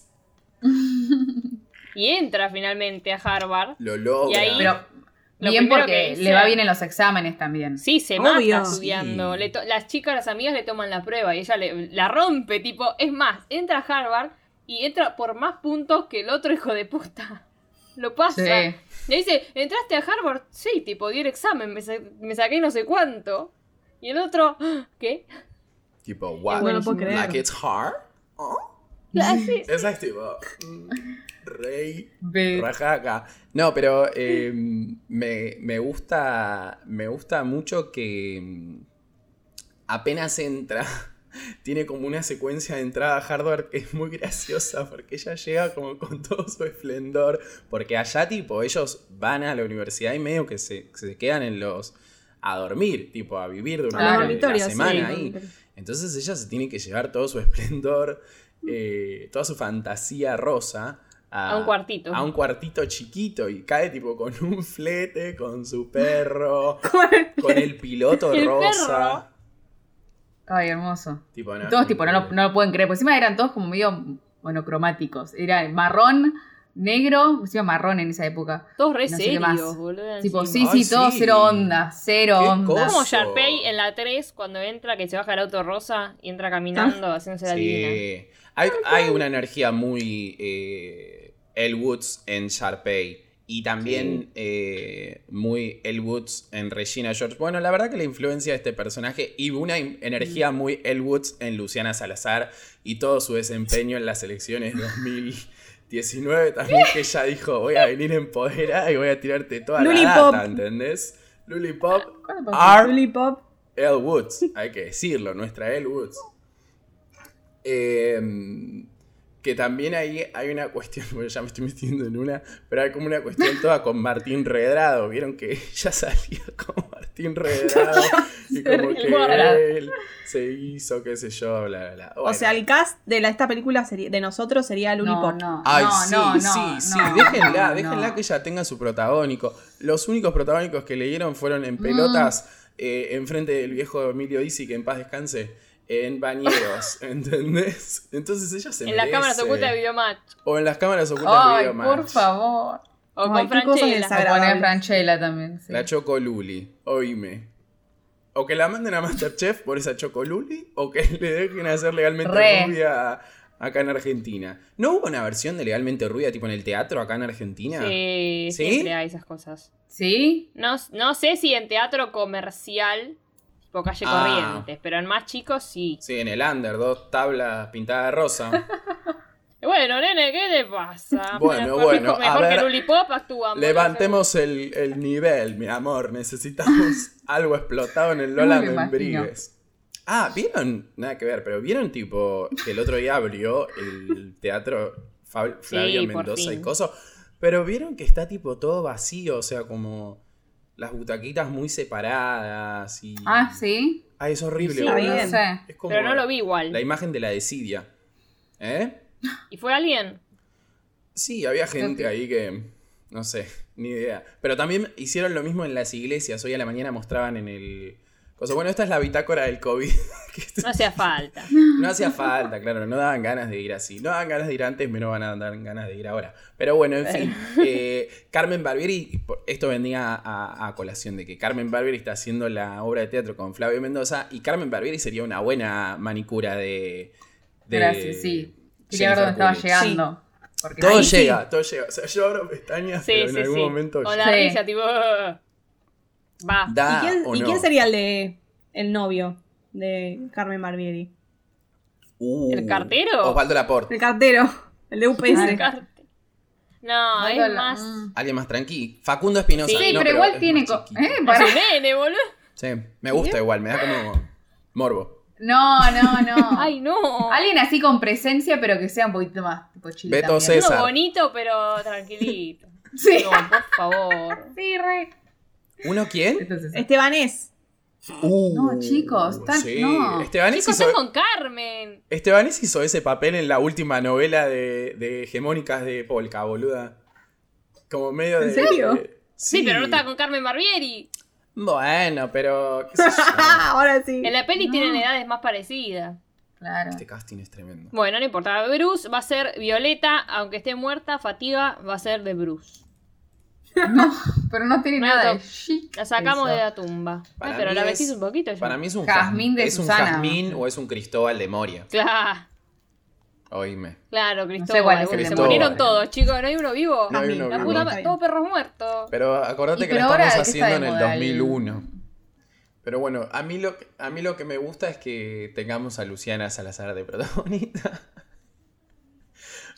Speaker 4: Y entra finalmente a Harvard.
Speaker 1: Lo logra.
Speaker 4: Y ahí-
Speaker 2: Pero
Speaker 4: Lo
Speaker 2: bien
Speaker 4: primero
Speaker 2: porque
Speaker 4: que
Speaker 2: le va
Speaker 4: dice-
Speaker 2: bien en los exámenes también.
Speaker 4: Sí, se
Speaker 3: Obvio.
Speaker 4: mata estudiando.
Speaker 1: Sí.
Speaker 4: Le to- las chicas, las amigas le toman la prueba y ella le- la rompe, tipo, es más, entra a Harvard y entra por más puntos que el otro hijo de puta. Lo pasa.
Speaker 2: Sí.
Speaker 4: Le dice, ¿entraste a Harvard? Sí, tipo, di el examen, me, sa- me saqué no sé cuánto. Y el otro, "Ah, ¿qué?
Speaker 1: tipo, what?
Speaker 3: No lo puedo creer.
Speaker 1: Like it's hard. Oh.
Speaker 2: Ah,
Speaker 4: Así,
Speaker 1: Esa es tipo. mm, Rey.
Speaker 2: Ve-
Speaker 1: Rajaca. No, pero eh, me, me gusta. Me gusta mucho que mm, apenas entra. Tiene como una secuencia de entrada a hardware que es muy graciosa porque ella llega como con todo su esplendor. Porque allá, tipo, ellos van a la universidad y medio que se, que se quedan en los. a dormir, tipo, a vivir durante
Speaker 2: Claro.
Speaker 1: la
Speaker 3: dormitorios, Ah, sí,
Speaker 1: semana ahí.
Speaker 3: dormitorios.
Speaker 1: Entonces ella se tiene que llevar todo su esplendor, eh, toda su fantasía rosa a,
Speaker 4: A un cuartito.
Speaker 1: a un cuartito chiquito y cae tipo con un flete, con su perro, con el piloto
Speaker 4: El
Speaker 1: rosa.
Speaker 2: Ay, hermoso.
Speaker 1: Tipo, no,
Speaker 2: Todos tipo, no lo, no lo pueden creer. Porque encima eran todos como medio monocromáticos. Era marrón, negro, encima marrón en esa época.
Speaker 4: todos re
Speaker 2: No sé qué
Speaker 4: serios,
Speaker 2: más.
Speaker 4: boludo.
Speaker 2: Tipo,
Speaker 4: encima.
Speaker 2: sí,
Speaker 1: Ay,
Speaker 2: sí, todo
Speaker 1: Ah, sí.
Speaker 2: cero onda, cero
Speaker 1: Qué
Speaker 2: onda.
Speaker 1: cosa.
Speaker 4: Como Sharpay en la 3, cuando entra, que se baja el auto rosa y entra caminando,
Speaker 2: Ah.
Speaker 4: haciéndose la divina.
Speaker 1: Sí. Hay, hay una energía muy eh, El Woods en Sharpay. Y también eh, muy El Woods en Regina George. Bueno, la verdad que la influencia de este personaje y una in- energía
Speaker 4: Mm.
Speaker 1: muy El Woods en Luciana Salazar y todo su desempeño en las elecciones 2019 también que ella dijo voy a venir empoderada y voy a tirarte toda la
Speaker 3: Lulipop.
Speaker 1: data, ¿entendés? Lulipop,
Speaker 2: ¿Cuándo
Speaker 4: Ah,
Speaker 2: pasó?
Speaker 1: Ar-
Speaker 3: Lollipop.
Speaker 1: Elle Woods, hay que decirlo, nuestra Elle Woods. Eh, que también ahí hay una cuestión, bueno, ya me estoy metiendo en una, pero hay como una cuestión toda con Martín Redrado. Vieron que ella salía con Martín Redrado y como
Speaker 4: El gorra.
Speaker 1: que él se hizo, qué sé yo, bla, bla, bla.
Speaker 3: O
Speaker 1: Bueno.
Speaker 3: sea, el cast de la- esta película sería, de nosotros sería
Speaker 2: No,
Speaker 3: Lollipop.
Speaker 2: no,
Speaker 1: Ay,
Speaker 2: no,
Speaker 1: sí,
Speaker 2: no, no,
Speaker 1: sí,
Speaker 2: no,
Speaker 1: sí,
Speaker 2: no,
Speaker 1: déjenla,
Speaker 2: no.
Speaker 1: déjenla que ella tenga su protagónico. Los únicos protagónicos que le dieron fueron en pelotas,
Speaker 2: Mm.
Speaker 1: eh, enfrente del viejo Emilio Dizzy, que en paz descanse, en bañeros, ¿entendés? Entonces ella se
Speaker 4: En las
Speaker 1: merece.
Speaker 4: cámaras ocultas de Videomatch.
Speaker 1: O en las cámaras ocultas de
Speaker 2: Ay,
Speaker 1: Videomatch.
Speaker 2: por favor.
Speaker 4: O
Speaker 3: Ay,
Speaker 4: con
Speaker 3: qué cosas
Speaker 4: Franchella.
Speaker 3: desagradables.
Speaker 2: O poner Franchella también. sí.
Speaker 1: La Choco Luli, oíme. O que la manden a Masterchef por esa Choco Luli, o que le dejen hacer legalmente
Speaker 2: Re.
Speaker 1: rubia acá en Argentina. ¿No hubo una versión de legalmente rubia, tipo en el teatro acá en Argentina?
Speaker 4: Sí,
Speaker 1: ¿Sí?
Speaker 4: siempre hay esas cosas.
Speaker 2: ¿Sí?
Speaker 4: No, no sé si en teatro comercial, tipo calle
Speaker 1: Ah.
Speaker 4: Corrientes, pero en más chicos sí.
Speaker 1: Sí, en el under, dos tablas pintadas de rosa.
Speaker 4: Y Bueno, nene, ¿qué te pasa?
Speaker 1: Bueno,
Speaker 4: Mejor-
Speaker 1: bueno, a
Speaker 4: Mejor que
Speaker 1: ver,
Speaker 4: Lulipop actúa.
Speaker 1: Levantemos el, el nivel, mi amor. Necesitamos algo explotado en el Lola
Speaker 2: No me lo
Speaker 1: Membrives. Ah, ¿vieron? Nada que ver, pero ¿vieron tipo que el otro día abrió el teatro Fab- Flavio
Speaker 4: Sí, por
Speaker 1: Mendoza y
Speaker 4: fin.
Speaker 1: Coso? Pero ¿vieron que está tipo todo vacío? O sea, como las butaquitas muy separadas y...
Speaker 2: Ah, sí.
Speaker 1: Ah, es horrible.
Speaker 4: Sí,
Speaker 1: boludo.
Speaker 3: está
Speaker 2: No
Speaker 3: bien.
Speaker 2: sé.
Speaker 1: Es como
Speaker 4: Pero no lo vi igual.
Speaker 1: La imagen de la desidia. ¿Eh?
Speaker 4: ¿Y fue alguien?
Speaker 1: Sí, había gente
Speaker 2: Ok.
Speaker 1: ahí que. No sé, ni idea. Pero también hicieron lo mismo en las iglesias. Hoy a la mañana mostraban en el. cosa- Bueno, esta es la bitácora del COVID.
Speaker 4: No hacía falta.
Speaker 1: No hacía falta, claro, no daban ganas de ir así. No daban ganas de ir antes, menos van a dar ganas de ir ahora. Pero bueno, en fin. eh, Carmen Barbieri, por- esto venía a, a colación de que Carmen Barbieri está haciendo la obra de teatro con Flavio Mendoza y Carmen Barbieri sería una buena manicura de. de
Speaker 2: Gracias, sí. Quería ver
Speaker 1: Jennifer
Speaker 2: dónde estaba
Speaker 1: Coolidge.
Speaker 2: llegando. Porque
Speaker 1: Todo
Speaker 2: ahí-
Speaker 1: llega, todo llega. O sea, yo abro pestañas,
Speaker 4: Sí,
Speaker 1: pero en
Speaker 4: sí,
Speaker 1: algún
Speaker 4: sí.
Speaker 1: momento
Speaker 4: O
Speaker 1: llega.
Speaker 4: la
Speaker 2: Sí.
Speaker 4: risa, tipo. "Ah". Va.
Speaker 1: da
Speaker 3: ¿Y, quién,
Speaker 1: Ah, o
Speaker 3: y
Speaker 1: no.
Speaker 3: quién sería el de el novio de Carmen Barbieri?
Speaker 1: Uh,
Speaker 4: ¿El cartero?
Speaker 1: Osvaldo Laporte.
Speaker 3: El cartero, el de UPS.
Speaker 4: Sacarte. No,
Speaker 2: Ay,
Speaker 4: es
Speaker 2: con la-
Speaker 4: más.
Speaker 2: mm.
Speaker 1: Alguien más tranqui. Facundo Espinosa.
Speaker 4: Sí,
Speaker 2: Sí,
Speaker 1: no,
Speaker 2: pero igual
Speaker 1: es
Speaker 2: tiene.
Speaker 1: más
Speaker 2: co-
Speaker 1: chiquito.
Speaker 2: ¿Eh?
Speaker 4: Es
Speaker 2: Pará.
Speaker 4: un nene, boludo.
Speaker 1: Sí, me gusta igual, me da como morbo.
Speaker 2: No, no, no.
Speaker 4: Ay, no.
Speaker 2: Alguien así con presencia, pero que sea un poquito más tipo chile.
Speaker 1: Beto
Speaker 2: también.
Speaker 1: César.
Speaker 4: Uno bonito, pero tranquilito.
Speaker 2: Sí.
Speaker 4: No, por favor.
Speaker 2: Sí, re.
Speaker 1: ¿Uno quién? Uh,
Speaker 2: Entonces,
Speaker 4: Eh.
Speaker 3: Estebanés.
Speaker 2: No, chicos, tan- no.
Speaker 1: Estebanés,
Speaker 4: Chicos,
Speaker 1: hizo,
Speaker 4: están con Carmen.
Speaker 1: Estebanés hizo ese papel en la última novela de, de Hegemónicas de Polka, boluda. Como medio de.
Speaker 3: ¿En serio?
Speaker 1: de-
Speaker 4: Sí, pero no estaba con Carmen Barbieri.
Speaker 1: Bueno, pero. qué sé yo.
Speaker 3: Ahora sí.
Speaker 4: En la peli
Speaker 2: No.
Speaker 4: tienen edades más parecidas.
Speaker 2: claro.
Speaker 1: este casting es tremendo.
Speaker 4: Bueno, no importa. Bruce va a ser Violeta, aunque esté muerta, Fatiga va a ser de Bruce.
Speaker 2: Pero no tiene
Speaker 4: No,
Speaker 2: nada
Speaker 4: no.
Speaker 2: de chic.
Speaker 4: La sacamos
Speaker 2: Eso.
Speaker 4: de la tumba. Ay,
Speaker 1: Para
Speaker 4: pero
Speaker 1: mí
Speaker 4: la
Speaker 1: es-
Speaker 4: vestís un poquito. ya.
Speaker 1: Para mí es un
Speaker 2: Jazmín de
Speaker 1: es un
Speaker 2: Susana.
Speaker 1: Jazmín o es un Cristóbal de Moria.
Speaker 4: Claro,
Speaker 1: Oíme.
Speaker 4: claro,
Speaker 2: cuál
Speaker 4: Cristóbal.
Speaker 2: es el
Speaker 4: porque
Speaker 1: de
Speaker 4: se
Speaker 1: Moria.
Speaker 4: murieron todos, chicos. No hay uno vivo.
Speaker 1: No hay uno
Speaker 4: la
Speaker 1: vivo.
Speaker 4: puta
Speaker 1: Está
Speaker 4: madre, todos perros muertos.
Speaker 1: Pero acordate
Speaker 2: Y
Speaker 1: que
Speaker 2: pero
Speaker 1: lo
Speaker 2: ahora,
Speaker 1: estamos
Speaker 2: ¿de qué está
Speaker 1: haciendo en
Speaker 2: de
Speaker 1: el
Speaker 2: moda el-
Speaker 1: 2001. Pero bueno, a mí, lo, que- a mí lo que me gusta es que tengamos a Luciana Salazar de protagonista.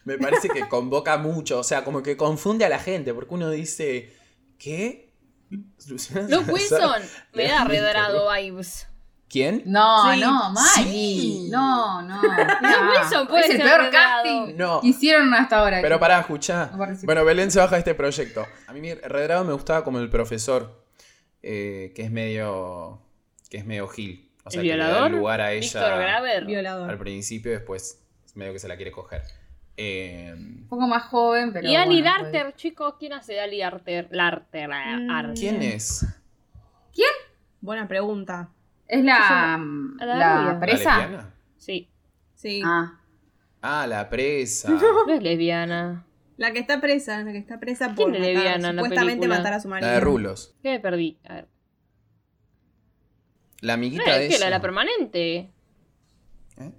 Speaker 1: Me parece que convoca mucho, o sea, como que confunde a la gente, porque uno dice, ¿qué? Luciana
Speaker 4: Luke Wilson me da
Speaker 1: Realmente,
Speaker 4: redrado vibes.
Speaker 1: ¿Quién?
Speaker 2: No,
Speaker 3: Sí.
Speaker 2: no, Mari.
Speaker 1: Sí.
Speaker 2: No,
Speaker 4: No,
Speaker 2: no.
Speaker 4: Wilson puede
Speaker 2: es el
Speaker 4: ser
Speaker 2: peor
Speaker 4: delgado.
Speaker 2: casting
Speaker 1: No.
Speaker 2: que hicieron hasta ahora.
Speaker 1: Pero pará, escuchá.
Speaker 2: No participo.
Speaker 1: Bueno, Belén se baja de este proyecto. A mí Redrado me gustaba como el profesor, eh, que es medio. que es medio gil. O sea,
Speaker 4: ¿El
Speaker 1: que le da
Speaker 4: violador?
Speaker 1: lugar a ella.
Speaker 4: Víctor Graver.
Speaker 1: al
Speaker 3: Violador.
Speaker 1: principio, después medio que se la quiere coger. Eh,
Speaker 2: Un poco más joven, pero.
Speaker 4: y Ali
Speaker 2: bueno,
Speaker 4: Darter, chicos, ¿quién hace de Ali Arter? Larter, la-
Speaker 3: Mm.
Speaker 4: Arter.
Speaker 1: ¿Quién es?
Speaker 3: Buena pregunta.
Speaker 2: puede. Es la. mm,
Speaker 4: ¿La
Speaker 2: La,
Speaker 4: rubia?
Speaker 1: ¿La
Speaker 2: presa.
Speaker 1: lesbiana?
Speaker 4: Sí,
Speaker 3: Sí.
Speaker 2: Ah.
Speaker 1: Ah, la presa.
Speaker 4: no es lesbiana.
Speaker 3: La que está presa, la que está presa
Speaker 4: ¿Quién
Speaker 3: por
Speaker 4: le
Speaker 3: matar-
Speaker 4: debían a la
Speaker 3: supuestamente
Speaker 4: película?
Speaker 3: matar a su marido.
Speaker 1: la de rulos.
Speaker 4: ¿Qué me perdí? A ver.
Speaker 1: La
Speaker 4: No,
Speaker 1: amiguita de
Speaker 4: es que
Speaker 1: ella.
Speaker 4: la, la permanente.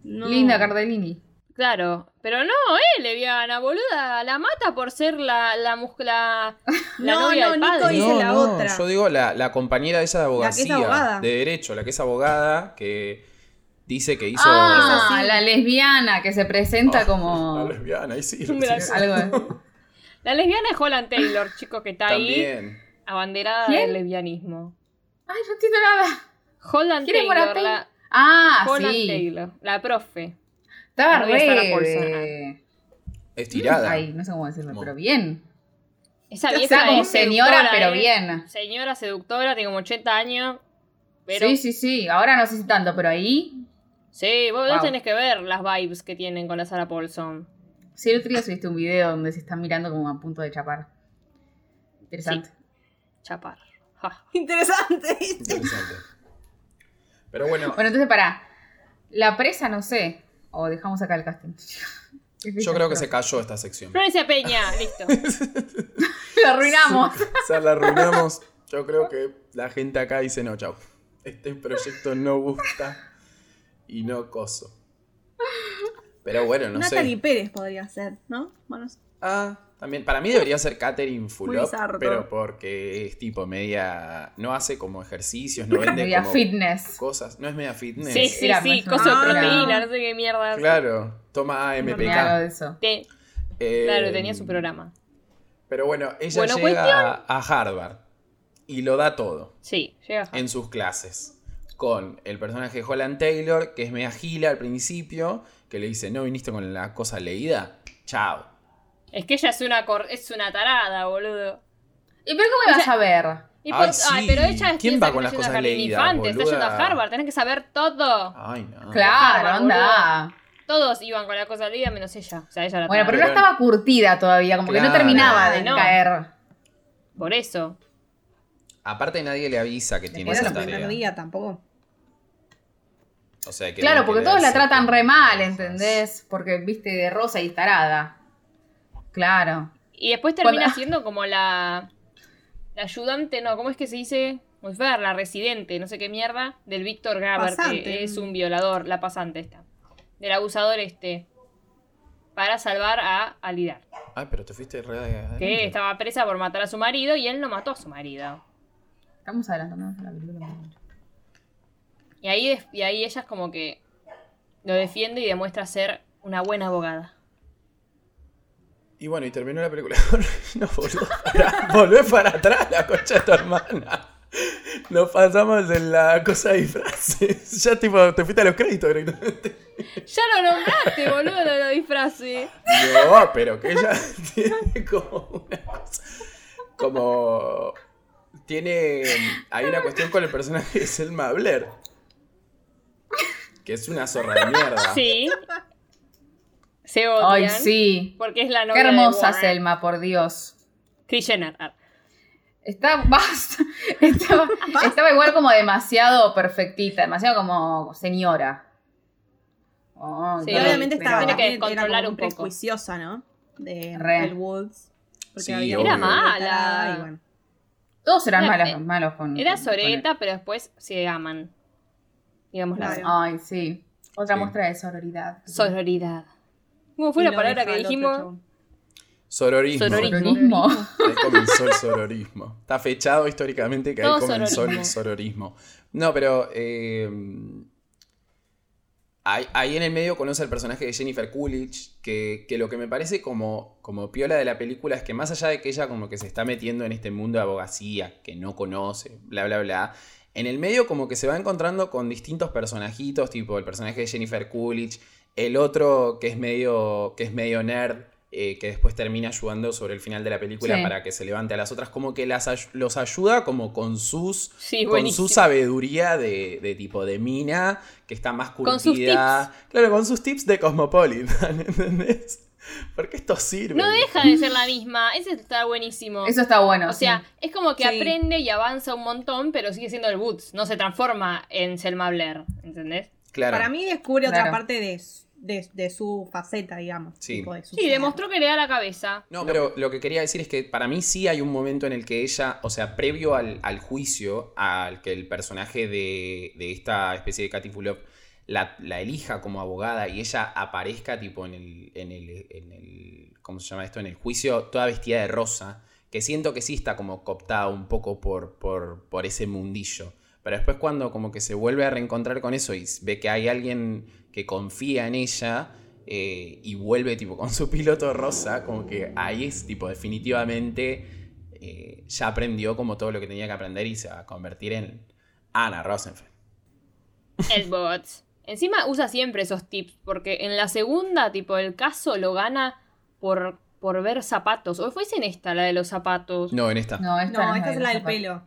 Speaker 3: No.
Speaker 2: Linda Cardellini.
Speaker 4: Claro, pero no, eh, lesbiana, boluda. La mata por ser la, la muscla. La
Speaker 3: No,
Speaker 4: novia
Speaker 3: no,
Speaker 4: del
Speaker 3: Nico
Speaker 4: padre.
Speaker 3: dice
Speaker 1: no,
Speaker 3: la
Speaker 1: no,
Speaker 3: otra.
Speaker 1: yo digo la, la compañera de esa de
Speaker 3: La que es
Speaker 1: abogacía,
Speaker 3: abogada.
Speaker 1: de derecho, la que es abogada, que dice que hizo
Speaker 2: Ah,
Speaker 3: Esa sí.
Speaker 2: la lesbiana que se presenta
Speaker 1: Ah,
Speaker 2: como.
Speaker 1: la lesbiana, y sí, recién.
Speaker 4: Un brazo.
Speaker 2: Algo de-
Speaker 4: La lesbiana es Holland Taylor, chicos, que está ahí.
Speaker 1: También.
Speaker 4: Abanderada
Speaker 2: ¿Quién?
Speaker 4: del lesbianismo.
Speaker 2: Ay, no entiendo nada.
Speaker 4: Holland
Speaker 2: ¿Quién es
Speaker 4: Taylor.
Speaker 2: Moratey?
Speaker 4: La,
Speaker 2: Ah,
Speaker 4: Holland
Speaker 2: sí.
Speaker 4: Taylor, la profe.
Speaker 2: Estaba
Speaker 4: Voy a estar
Speaker 2: re.
Speaker 4: a bolsa.
Speaker 2: de-
Speaker 1: Estirada.
Speaker 2: Ay, no sé cómo decirlo,
Speaker 1: Mo-
Speaker 2: pero bien.
Speaker 4: Esa
Speaker 2: O
Speaker 4: vieja
Speaker 2: sea, como
Speaker 4: es
Speaker 2: señora,
Speaker 4: seductora,
Speaker 2: pero
Speaker 4: eh.
Speaker 2: bien.
Speaker 4: Señora seductora, tiene como 80 años. Pero
Speaker 2: Sí,
Speaker 4: sí,
Speaker 2: sí, sí. Ahora no sé si tanto, pero ahí.
Speaker 4: vos vos
Speaker 2: Wow.
Speaker 4: tenés que ver las vibes que tienen con la Sarah Paulson.
Speaker 2: Sí, el otro día subiste un video donde se están mirando como a punto de chapar. Interesante.
Speaker 4: Chapar. Ja.
Speaker 3: Interesante.
Speaker 1: Interesante. Pero bueno,
Speaker 2: Bueno, entonces pará. La presa, no sé. O dejamos acá el casting.
Speaker 1: yo creo que se cayó esta sección.
Speaker 4: Florencia Peña, listo.
Speaker 2: Lo arruinamos.
Speaker 1: O sea, la arruinamos. Yo creo que la gente acá dice no, chau. Este proyecto no gusta y no coso. Pero bueno, no
Speaker 3: Natalie
Speaker 1: sé.
Speaker 3: Pérez podría ser, ¿no? Bueno,
Speaker 1: Ah, también. Para mí debería ser Catherine Fulop,
Speaker 3: sardo.
Speaker 1: pero porque es tipo media. No hace como ejercicios, no vende
Speaker 2: Media
Speaker 1: como
Speaker 2: fitness.
Speaker 1: cosas. No es media fitness.
Speaker 4: Sí, sí,
Speaker 2: Era
Speaker 4: sí,
Speaker 2: más
Speaker 4: coso de
Speaker 3: una-
Speaker 4: proteína,
Speaker 3: Ah.
Speaker 4: no sé qué mierda. hace.
Speaker 1: Claro, toma AMPK.
Speaker 2: Me hago de eso.
Speaker 4: Te-
Speaker 1: Eh,
Speaker 4: claro, tenía su programa.
Speaker 1: Pero bueno, ella
Speaker 4: Bueno,
Speaker 1: llega a Harvard y lo da todo.
Speaker 4: Sí, llega.
Speaker 1: en sus clases. Con el personaje de Holland Taylor, que es media gila al principio, que le dice, ¿no viniste con la cosa leída? Chao.
Speaker 4: Es que ella es una, cor- es una tarada, boludo.
Speaker 2: ¿Y pero cómo ibas a Ah, ver?
Speaker 4: Y
Speaker 1: Ay,
Speaker 4: por- ay,
Speaker 1: sí.
Speaker 4: pero ella
Speaker 1: ¿Quién
Speaker 4: es
Speaker 1: va
Speaker 4: piensa que
Speaker 1: con las
Speaker 4: está yendo a
Speaker 1: cosas
Speaker 4: Jardín
Speaker 1: leídas,
Speaker 4: Infante, está yendo a
Speaker 1: boluda?
Speaker 4: Harvard, tenés que saber todo.
Speaker 1: Ay, no.
Speaker 2: Claro,
Speaker 4: Bárbaro,
Speaker 2: onda.
Speaker 4: Todos iban con la cosa leída menos ella. O sea, ella la
Speaker 2: Bueno, pero
Speaker 4: tarada.
Speaker 2: no
Speaker 1: Pero-
Speaker 2: estaba curtida todavía, como que no
Speaker 1: Claro.
Speaker 2: terminaba de
Speaker 4: Ah, No.
Speaker 2: caer.
Speaker 4: Por eso.
Speaker 1: Aparte nadie le avisa que tiene
Speaker 3: después de
Speaker 1: esa
Speaker 3: la primer
Speaker 1: tarea.
Speaker 3: día tampoco.
Speaker 1: O sea, que
Speaker 2: Claro,
Speaker 1: tiene
Speaker 2: porque
Speaker 1: que
Speaker 2: todos la
Speaker 1: leerse
Speaker 2: tratan re
Speaker 1: con-
Speaker 2: mal, ¿entendés? Porque viste de rosa y tarada. Claro.
Speaker 4: Y después termina
Speaker 2: Cuando-
Speaker 4: siendo como la, la ayudante, no, ¿cómo es que se dice? Wolfer, la residente, no sé qué mierda, del Víctor Gaber, que
Speaker 3: Pasante.
Speaker 4: es un violador, la pasante esta. Del abusador este. Para salvar a Alidar.
Speaker 1: Ay, pero te fuiste re adentro.
Speaker 4: Que estaba presa por matar a su marido y él no mató a su marido.
Speaker 2: Estamos adelantándonos a la película.
Speaker 4: Y ahí, des- y ahí ella es como que lo defiende y demuestra ser una buena abogada.
Speaker 1: Y bueno, y terminó la película. no, boludo, pará, volvé para atrás la concha de tu hermana. Nos pasamos en la cosa de disfraces. ya tipo, te fuiste a los créditos directamente.
Speaker 4: Ya lo nombraste, boludo, lo de los disfraces.
Speaker 1: No, pero que ella tiene como una cosa. Como. Tiene. Hay una cuestión con el personaje de Selma Blair. Que es una zorra de mierda.
Speaker 4: Sí. Se odian.
Speaker 2: Ay, sí.
Speaker 4: Porque es la
Speaker 2: Qué
Speaker 4: novia
Speaker 2: hermosa
Speaker 4: de Warren.
Speaker 2: Selma, por Dios.
Speaker 4: Kris Jenner. ah.
Speaker 2: Está, basta. Estaba, estaba igual como demasiado perfectita, demasiado como señora. Ay,
Speaker 4: Sí,
Speaker 3: Y obviamente
Speaker 2: pero-
Speaker 3: estaba
Speaker 4: tiene que
Speaker 3: también, era
Speaker 4: controlar
Speaker 3: como
Speaker 4: un poco.
Speaker 3: prejuiciosa, ¿no? De
Speaker 2: Re.
Speaker 3: Mel Woods. Porque
Speaker 1: Sí,
Speaker 3: había
Speaker 1: obvio.
Speaker 3: una
Speaker 1: Era
Speaker 4: mala.
Speaker 3: tarada y bueno.
Speaker 2: Todos eran
Speaker 4: Era-
Speaker 2: malos, malos con.
Speaker 4: Era
Speaker 2: con-
Speaker 4: soreta, pero después se aman. Digamos la
Speaker 3: Claro.
Speaker 2: con- Ay, sí. Otra
Speaker 1: Sí.
Speaker 2: muestra de sororidad.
Speaker 4: sororidad. ¿Cómo fue
Speaker 3: Y
Speaker 4: la
Speaker 3: lo
Speaker 4: palabra
Speaker 3: deja
Speaker 4: que
Speaker 3: al otro
Speaker 4: dijimos?
Speaker 3: chabón.
Speaker 1: Sororismo.
Speaker 4: Sororismo.
Speaker 2: Sororismo.
Speaker 1: Ahí comenzó el sororismo. Está fechado históricamente que ahí
Speaker 4: Todo
Speaker 1: comenzó
Speaker 4: sororismo.
Speaker 1: el sororismo. No, pero. eh, ahí, ahí en el medio conoce al personaje de Jennifer Coolidge. Que, que lo que me parece como, como piola de la película es que más allá de que ella como que se está metiendo en este mundo de abogacía, que no conoce, bla, bla, bla. En el medio como que se va encontrando con distintos personajitos, tipo el personaje de Jennifer Coolidge, el otro que es medio, que es medio nerd, eh, que después termina ayudando sobre el final de la película
Speaker 2: Sí.
Speaker 1: para que se levante a las otras, como que las, ay- los ayuda como con sus...
Speaker 4: Sí,
Speaker 1: Con su
Speaker 4: buenísimo.
Speaker 1: sabiduría de, de tipo de mina, que está más
Speaker 4: Con sus
Speaker 1: curtida. Claro, con sus tips de Cosmopolitan, ¿entendés? Porque esto sirve.
Speaker 4: No deja de ser la misma. Ese está buenísimo.
Speaker 2: Eso está bueno.
Speaker 4: o sea, es como que
Speaker 3: Sí.
Speaker 4: aprende y avanza un montón, pero sigue siendo el Woods. No se transforma en Selma Blair, ¿entendés?
Speaker 1: Claro.
Speaker 3: Para mí descubre
Speaker 2: Claro.
Speaker 3: otra parte de, s- de- de su faceta, digamos.
Speaker 1: Sí.
Speaker 3: tipo, de su
Speaker 4: Sí,
Speaker 3: ser.
Speaker 4: demostró que le da la cabeza.
Speaker 1: No, pero lo que quería decir es que para mí sí hay un momento en el que ella, o sea, previo al, al juicio, al que el personaje de, de esta especie de Katy Fulop la, la elija como abogada y ella aparezca tipo en el, en el, en el, ¿cómo se llama esto? En el juicio toda vestida de rosa, que siento que sí está como cooptada un poco por, por, por ese mundillo. Pero después cuando como que se vuelve a reencontrar con eso y ve que hay alguien que confía en ella eh, y vuelve tipo con su piloto rosa, como que ahí es tipo definitivamente eh, ya aprendió como todo lo que tenía que aprender y se va a convertir en Ana Rosenfeld.
Speaker 4: El bot. Encima usa siempre esos tips, porque en la segunda, tipo, el caso lo gana por, por ver zapatos. O fuese en esta, la de los zapatos.
Speaker 1: No, en esta.
Speaker 2: No, esta
Speaker 3: No, esta
Speaker 2: de
Speaker 3: es
Speaker 2: los
Speaker 3: la del
Speaker 2: zapatos.
Speaker 3: pelo.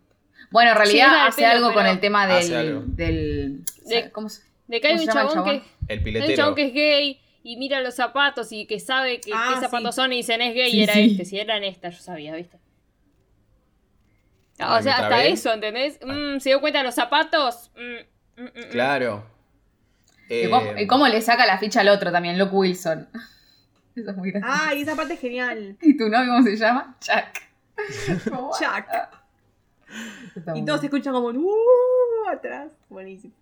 Speaker 2: Bueno, en
Speaker 4: Sí, es la
Speaker 2: realidad
Speaker 4: del
Speaker 2: hace
Speaker 4: pelo,
Speaker 2: algo con
Speaker 4: pero-
Speaker 2: el tema
Speaker 1: Hace algo.
Speaker 2: del. del eh,
Speaker 4: De-
Speaker 2: ¿Cómo se
Speaker 4: De que hay
Speaker 2: ¿Cómo
Speaker 4: un
Speaker 2: se llama el
Speaker 4: chabón que,
Speaker 2: chabón?
Speaker 1: El
Speaker 4: hay un
Speaker 1: piletero.
Speaker 4: chabón que es gay y mira los zapatos y que sabe que,
Speaker 3: Ah,
Speaker 4: qué
Speaker 3: sí.
Speaker 4: zapatos son y dicen es gay
Speaker 2: Sí,
Speaker 4: y era
Speaker 2: sí.
Speaker 4: este. Si era en esta, yo sabía, ¿viste?
Speaker 1: Ah,
Speaker 4: o sea,
Speaker 1: ¿me
Speaker 4: hasta
Speaker 1: trabé?
Speaker 4: eso, ¿entendés?
Speaker 1: Ah.
Speaker 4: Mm, ¿Se dio cuenta de los zapatos? Mm, mm, mm, mm.
Speaker 1: Claro.
Speaker 2: ¿Y cómo,
Speaker 1: Eh,
Speaker 2: y cómo le saca la ficha al otro también, Luke Wilson? Eso es muy
Speaker 4: Ah.
Speaker 2: gracioso.
Speaker 3: Ay, esa parte es genial.
Speaker 2: ¿Y tu novio cómo se llama? Chuck.
Speaker 3: Chuck.
Speaker 2: Está
Speaker 3: Y
Speaker 2: muy
Speaker 3: todos
Speaker 2: bueno.
Speaker 3: escuchan como un "Uh", atrás. Buenísimo.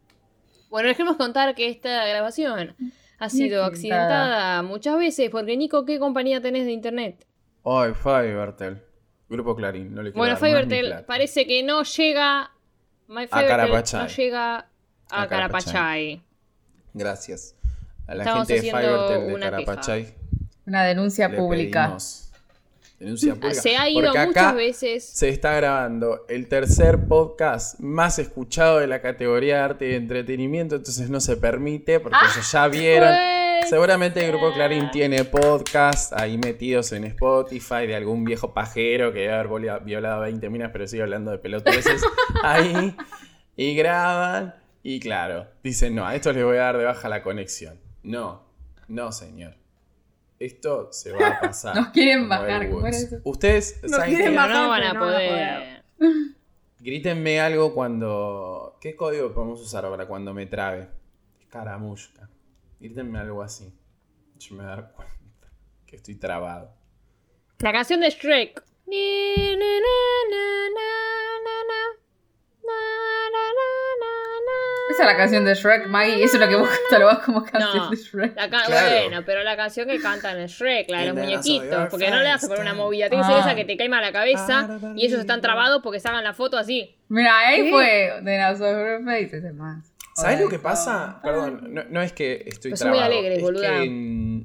Speaker 4: Bueno, les queremos contar que esta grabación ha
Speaker 2: Muy
Speaker 4: sido
Speaker 2: accidentada.
Speaker 4: accidentada muchas veces porque Nico, ¿qué compañía tenés de internet?
Speaker 1: Ay, Fivertel. Grupo Clarín, no le quiero
Speaker 4: Bueno,
Speaker 1: dar más mi
Speaker 4: Fivertel
Speaker 1: plata.
Speaker 4: parece que no llega My
Speaker 1: Carapachay.
Speaker 4: no llega a,
Speaker 1: A Carapachay.
Speaker 4: Carapachay.
Speaker 1: Gracias. A la
Speaker 4: Estamos
Speaker 1: gente de
Speaker 4: haciendo
Speaker 1: Fivertel de
Speaker 4: una queja.
Speaker 1: Carapachay
Speaker 2: Una denuncia
Speaker 1: le
Speaker 2: pública.
Speaker 1: pedimos denuncia pública.
Speaker 4: Se ha ido
Speaker 1: Porque acá
Speaker 4: muchas veces.
Speaker 1: Se está grabando el tercer podcast más escuchado de la categoría de arte y entretenimiento, entonces no se permite porque
Speaker 2: Ah,
Speaker 1: ellos ya vieron.
Speaker 4: Pues,
Speaker 1: Seguramente el grupo
Speaker 4: ser.
Speaker 1: Clarín tiene podcast ahí metidos en Spotify de algún viejo pajero que debe haber volia- violado 20 minas, pero sigue hablando de pelotudeces ahí. Y graban. Y claro, dicen, no, a esto les voy a dar de baja la conexión. No, no, señor. Esto se va a pasar.
Speaker 2: Nos quieren
Speaker 1: como el
Speaker 2: bajar, ¿cómo era
Speaker 1: Woods.
Speaker 2: eso?
Speaker 1: Ustedes
Speaker 3: Nos
Speaker 1: saben
Speaker 3: quieren
Speaker 1: que-
Speaker 4: pero no
Speaker 3: bastante,
Speaker 4: van a
Speaker 3: no van a
Speaker 4: poder.
Speaker 1: Grítenme algo cuando. ¿Qué código podemos usar ahora cuando me trabe? Caramusca. Grítenme algo así. Yo me voy a dar cuenta que estoy trabado.
Speaker 4: La canción de Shrek. Ni, ni, na, na, na, na, na. Na, na, na, na, na.
Speaker 2: Esa es la canción de Shrek, Maggie. Eso es lo que vos catalogas como canción
Speaker 4: No.
Speaker 2: de Shrek.
Speaker 4: La ca-
Speaker 1: Claro.
Speaker 4: Bueno, pero la canción que cantan en Shrek, la de
Speaker 1: And
Speaker 4: los
Speaker 1: then I saw
Speaker 4: muñequitos,
Speaker 1: your
Speaker 4: porque no le vas
Speaker 1: face
Speaker 4: a poner una
Speaker 1: down.
Speaker 4: movida, tiene que ser
Speaker 2: Ah.
Speaker 4: esa que te caima la cabeza y ellos están trabados porque sacan la foto así.
Speaker 2: Mira, ahí
Speaker 4: Sí.
Speaker 2: fue de las Face, ese más.
Speaker 1: ¿Sabes lo que
Speaker 2: Joder, no.
Speaker 1: pasa? Perdón, no, no es que estoy
Speaker 4: Pero son muy
Speaker 1: trabado.
Speaker 4: alegres,
Speaker 1: es
Speaker 4: boluda.
Speaker 1: que, mm,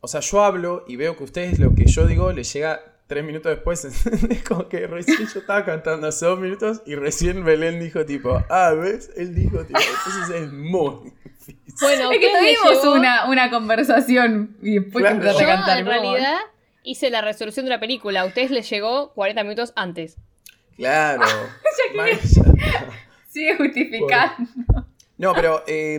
Speaker 1: O sea, yo hablo y veo que ustedes lo que yo digo les llega tres minutos después. Es como que recién yo estaba cantando hace dos minutos y recién Belén dijo tipo, ah, ¿ves? Él dijo tipo, entonces es muy difícil.
Speaker 4: Bueno,
Speaker 2: Es que
Speaker 4: ¿qué me
Speaker 2: tuvimos
Speaker 4: llevó?
Speaker 2: una, una conversación y después
Speaker 1: Claro.
Speaker 2: empezaste
Speaker 4: Yo,
Speaker 2: a cantar
Speaker 4: en
Speaker 2: vos.
Speaker 4: realidad, hice la resolución de la película. A ustedes les llegó 40 minutos antes.
Speaker 1: Claro. Vaya.
Speaker 2: Sigue justificando.
Speaker 1: No, pero eh,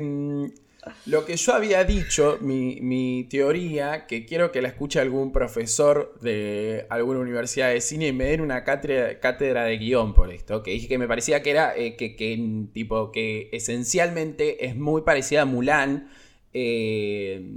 Speaker 1: lo que yo había dicho, mi, mi teoría, que quiero que la escuche algún profesor de alguna universidad de cine y me den una cátedra, cátedra de guión por esto, que dije que me parecía que era eh, que, que, mm, tipo que esencialmente es muy parecida a Mulan. eh,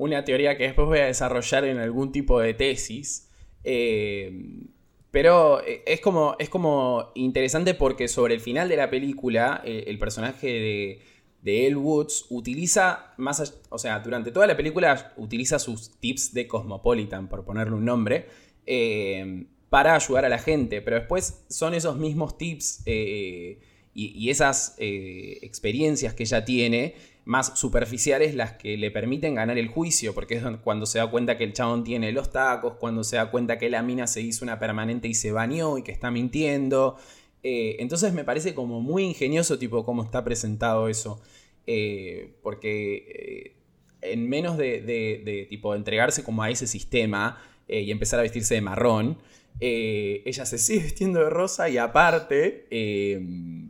Speaker 1: una teoría que después voy a desarrollar en algún tipo de tesis. eh, pero eh, es como, es como interesante porque sobre el final de la película, eh, el personaje de, de Elle Woods utiliza, más all- o sea, durante toda la película utiliza sus tips de Cosmopolitan, por ponerle un nombre, eh, para ayudar a la gente. Pero después son esos mismos tips eh, y, y esas eh, experiencias que ella tiene más superficiales las que le permiten ganar el juicio, porque es don- cuando se da cuenta que el chabón tiene los tacos, cuando se da cuenta que la mina se hizo una permanente y se bañó y que está mintiendo. Eh, entonces me parece como muy ingenioso tipo cómo está presentado eso, Eh, porque eh, en menos de, de- de, tipo entregarse como a ese sistema eh, y empezar a vestirse de marrón, eh, ella se sigue vistiendo de rosa y aparte... eh,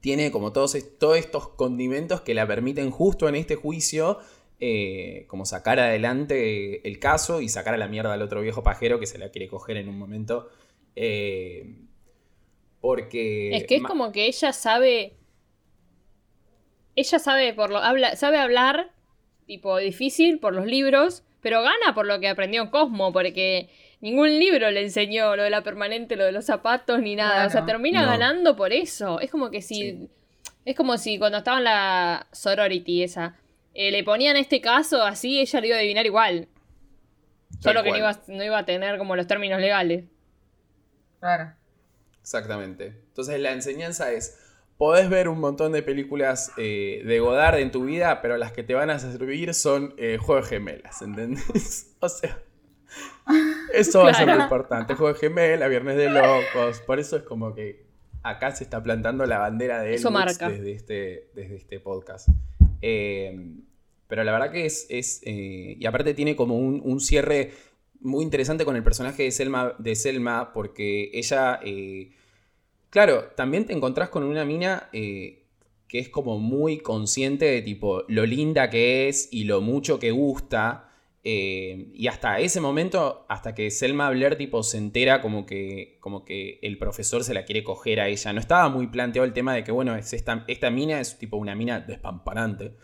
Speaker 1: tiene como todos, est- todos estos condimentos que la permiten justo en este juicio eh, como sacar adelante el caso y sacar a la mierda al otro viejo pajero que se la quiere coger en un momento. eh, porque...
Speaker 4: es que es
Speaker 1: ma-
Speaker 4: como que ella sabe. Ella sabe por lo. Habla, sabe hablar, tipo, difícil por los libros, pero gana por lo que aprendió en Cosmo, porque ningún libro le enseñó lo de la permanente, lo de los zapatos, ni nada. O sea,
Speaker 2: Claro.
Speaker 4: termina
Speaker 1: No.
Speaker 4: ganando por eso. Es como que si.
Speaker 1: Sí.
Speaker 4: Es como si cuando estaba en la sorority esa. eh, le ponían este caso así, ella le iba a adivinar igual.
Speaker 1: Tal
Speaker 4: Solo que
Speaker 1: cual.
Speaker 4: no iba, a- no iba a tener como los términos legales.
Speaker 2: Claro.
Speaker 1: Exactamente. Entonces la enseñanza es, podés ver un montón de películas eh, de Godard en tu vida, pero las que te van a servir son eh, Juego de Gemelas, ¿entendés? O sea, eso va a ser lo
Speaker 4: Claro.
Speaker 1: importante. Juego de Gemelas, Viernes de Locos, por eso es como que acá se está plantando la bandera de
Speaker 4: Eso
Speaker 1: Elwood
Speaker 4: marca.
Speaker 1: desde este, desde este podcast. Eh, pero la verdad que es... es eh, y aparte tiene como un, un cierre muy interesante con el personaje de Selma, de Selma porque ella... eh, Claro, también te encontrás con una mina eh, que es como muy consciente de tipo lo linda que es y lo mucho que gusta. eh, y hasta ese momento, hasta que Selma Blair tipo se entera como que, como que el profesor se la quiere coger a ella. No estaba muy planteado el tema de que, bueno, es esta, esta mina es tipo una mina despamparante.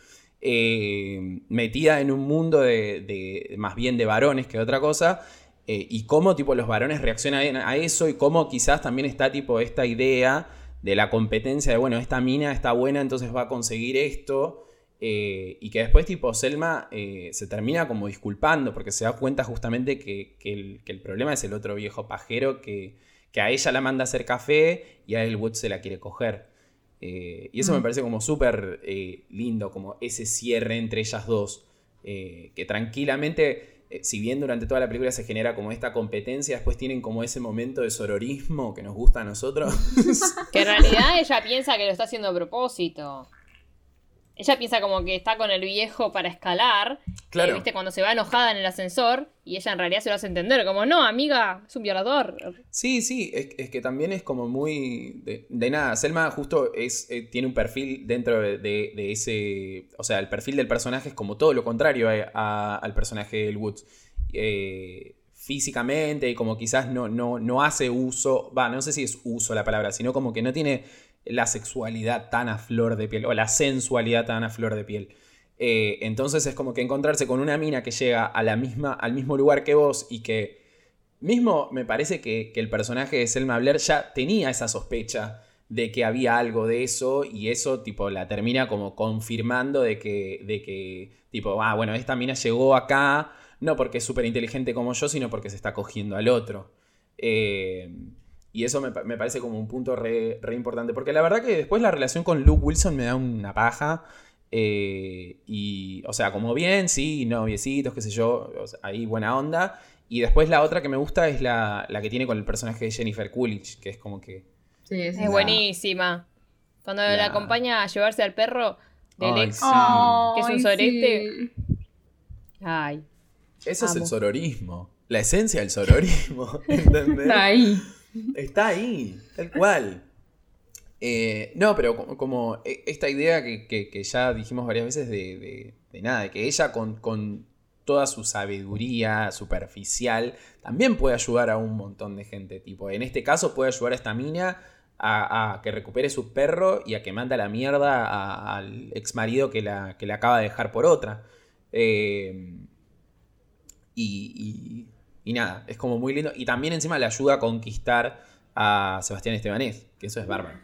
Speaker 1: eh, metida en un mundo de, de- más bien de varones que de otra cosa. Eh, y cómo tipo los varones reaccionan a eso y cómo quizás también está tipo esta idea de la competencia de bueno, esta mina está buena, entonces va a conseguir esto. eh, y que después tipo Selma eh, se termina como disculpando porque se da cuenta justamente que, que el, que el problema es el otro viejo pajero que, que a ella la manda a hacer café y a él Wood se la quiere coger. Eh, y eso me
Speaker 2: Mm.
Speaker 1: parece como súper eh, lindo, como ese cierre entre ellas dos, eh, que tranquilamente, eh, si bien durante toda la película se genera como esta competencia, después tienen como ese momento de sororismo que nos gusta a nosotros.
Speaker 4: Que en realidad ella piensa que lo está haciendo a propósito. Ella piensa como que está con el viejo para escalar.
Speaker 1: claro.
Speaker 4: eh, ¿Viste? Cuando se va enojada en el ascensor. Y ella en realidad se lo hace entender. Como, no, amiga, es un violador.
Speaker 1: Sí, sí, es, es que también es como muy... De, de nada, Selma justo es, eh, tiene un perfil dentro de, de- de ese... O sea, el perfil del personaje es como todo lo contrario a- a- al personaje del Woods. Eh, físicamente y como quizás no, no, no hace uso, va, no sé si es uso la palabra, sino como que no tiene la sexualidad tan a flor de piel o la sensualidad tan a flor de piel. Eh, entonces es como que encontrarse con una mina que llega a la misma, al mismo lugar que vos y que... Mismo me parece que, que el personaje de Selma Blair ya tenía esa sospecha de que había algo de eso y eso tipo la termina como confirmando de que, de que tipo, ah, bueno, esta mina llegó acá no porque es súper inteligente como yo, sino porque se está cogiendo al otro. Eh, y eso me, pa- me parece como un punto re, re importante, porque la verdad que después la relación con Luke Wilson me da una paja. Eh, y, o sea, como bien, sí, noviecitos, qué sé yo, o sea, ahí buena onda. Y después la otra que me gusta es la, la que tiene con el personaje de Jennifer Coolidge, que es como que.
Speaker 2: Sí,
Speaker 4: Es
Speaker 2: es
Speaker 1: Nah.
Speaker 4: buenísima. Cuando la
Speaker 1: Nah.
Speaker 4: acompaña a llevarse al perro del
Speaker 1: Ay,
Speaker 4: ex.
Speaker 1: sí. Oh,
Speaker 4: que es un
Speaker 2: Ay,
Speaker 4: sorete.
Speaker 2: sí.
Speaker 4: Ay.
Speaker 1: Eso es el
Speaker 4: Amo.
Speaker 1: sororismo. La esencia del sororismo. ¿Entendés?
Speaker 2: Está ahí.
Speaker 1: Está ahí, tal cual. Eh, no, pero co- como, e- esta idea que, que- que ya dijimos varias veces de, de- de nada, de que ella con, con toda su sabiduría superficial también puede ayudar a un montón de gente. Tipo, en este caso puede ayudar a esta mina a, a que recupere su perro y a que manda a la mierda a- al ex marido que la, que la acaba de dejar por otra. Eh, y, y- y nada, es como muy lindo. Y también encima le ayuda a conquistar a Sebastián Estebanés, que eso es bárbaro.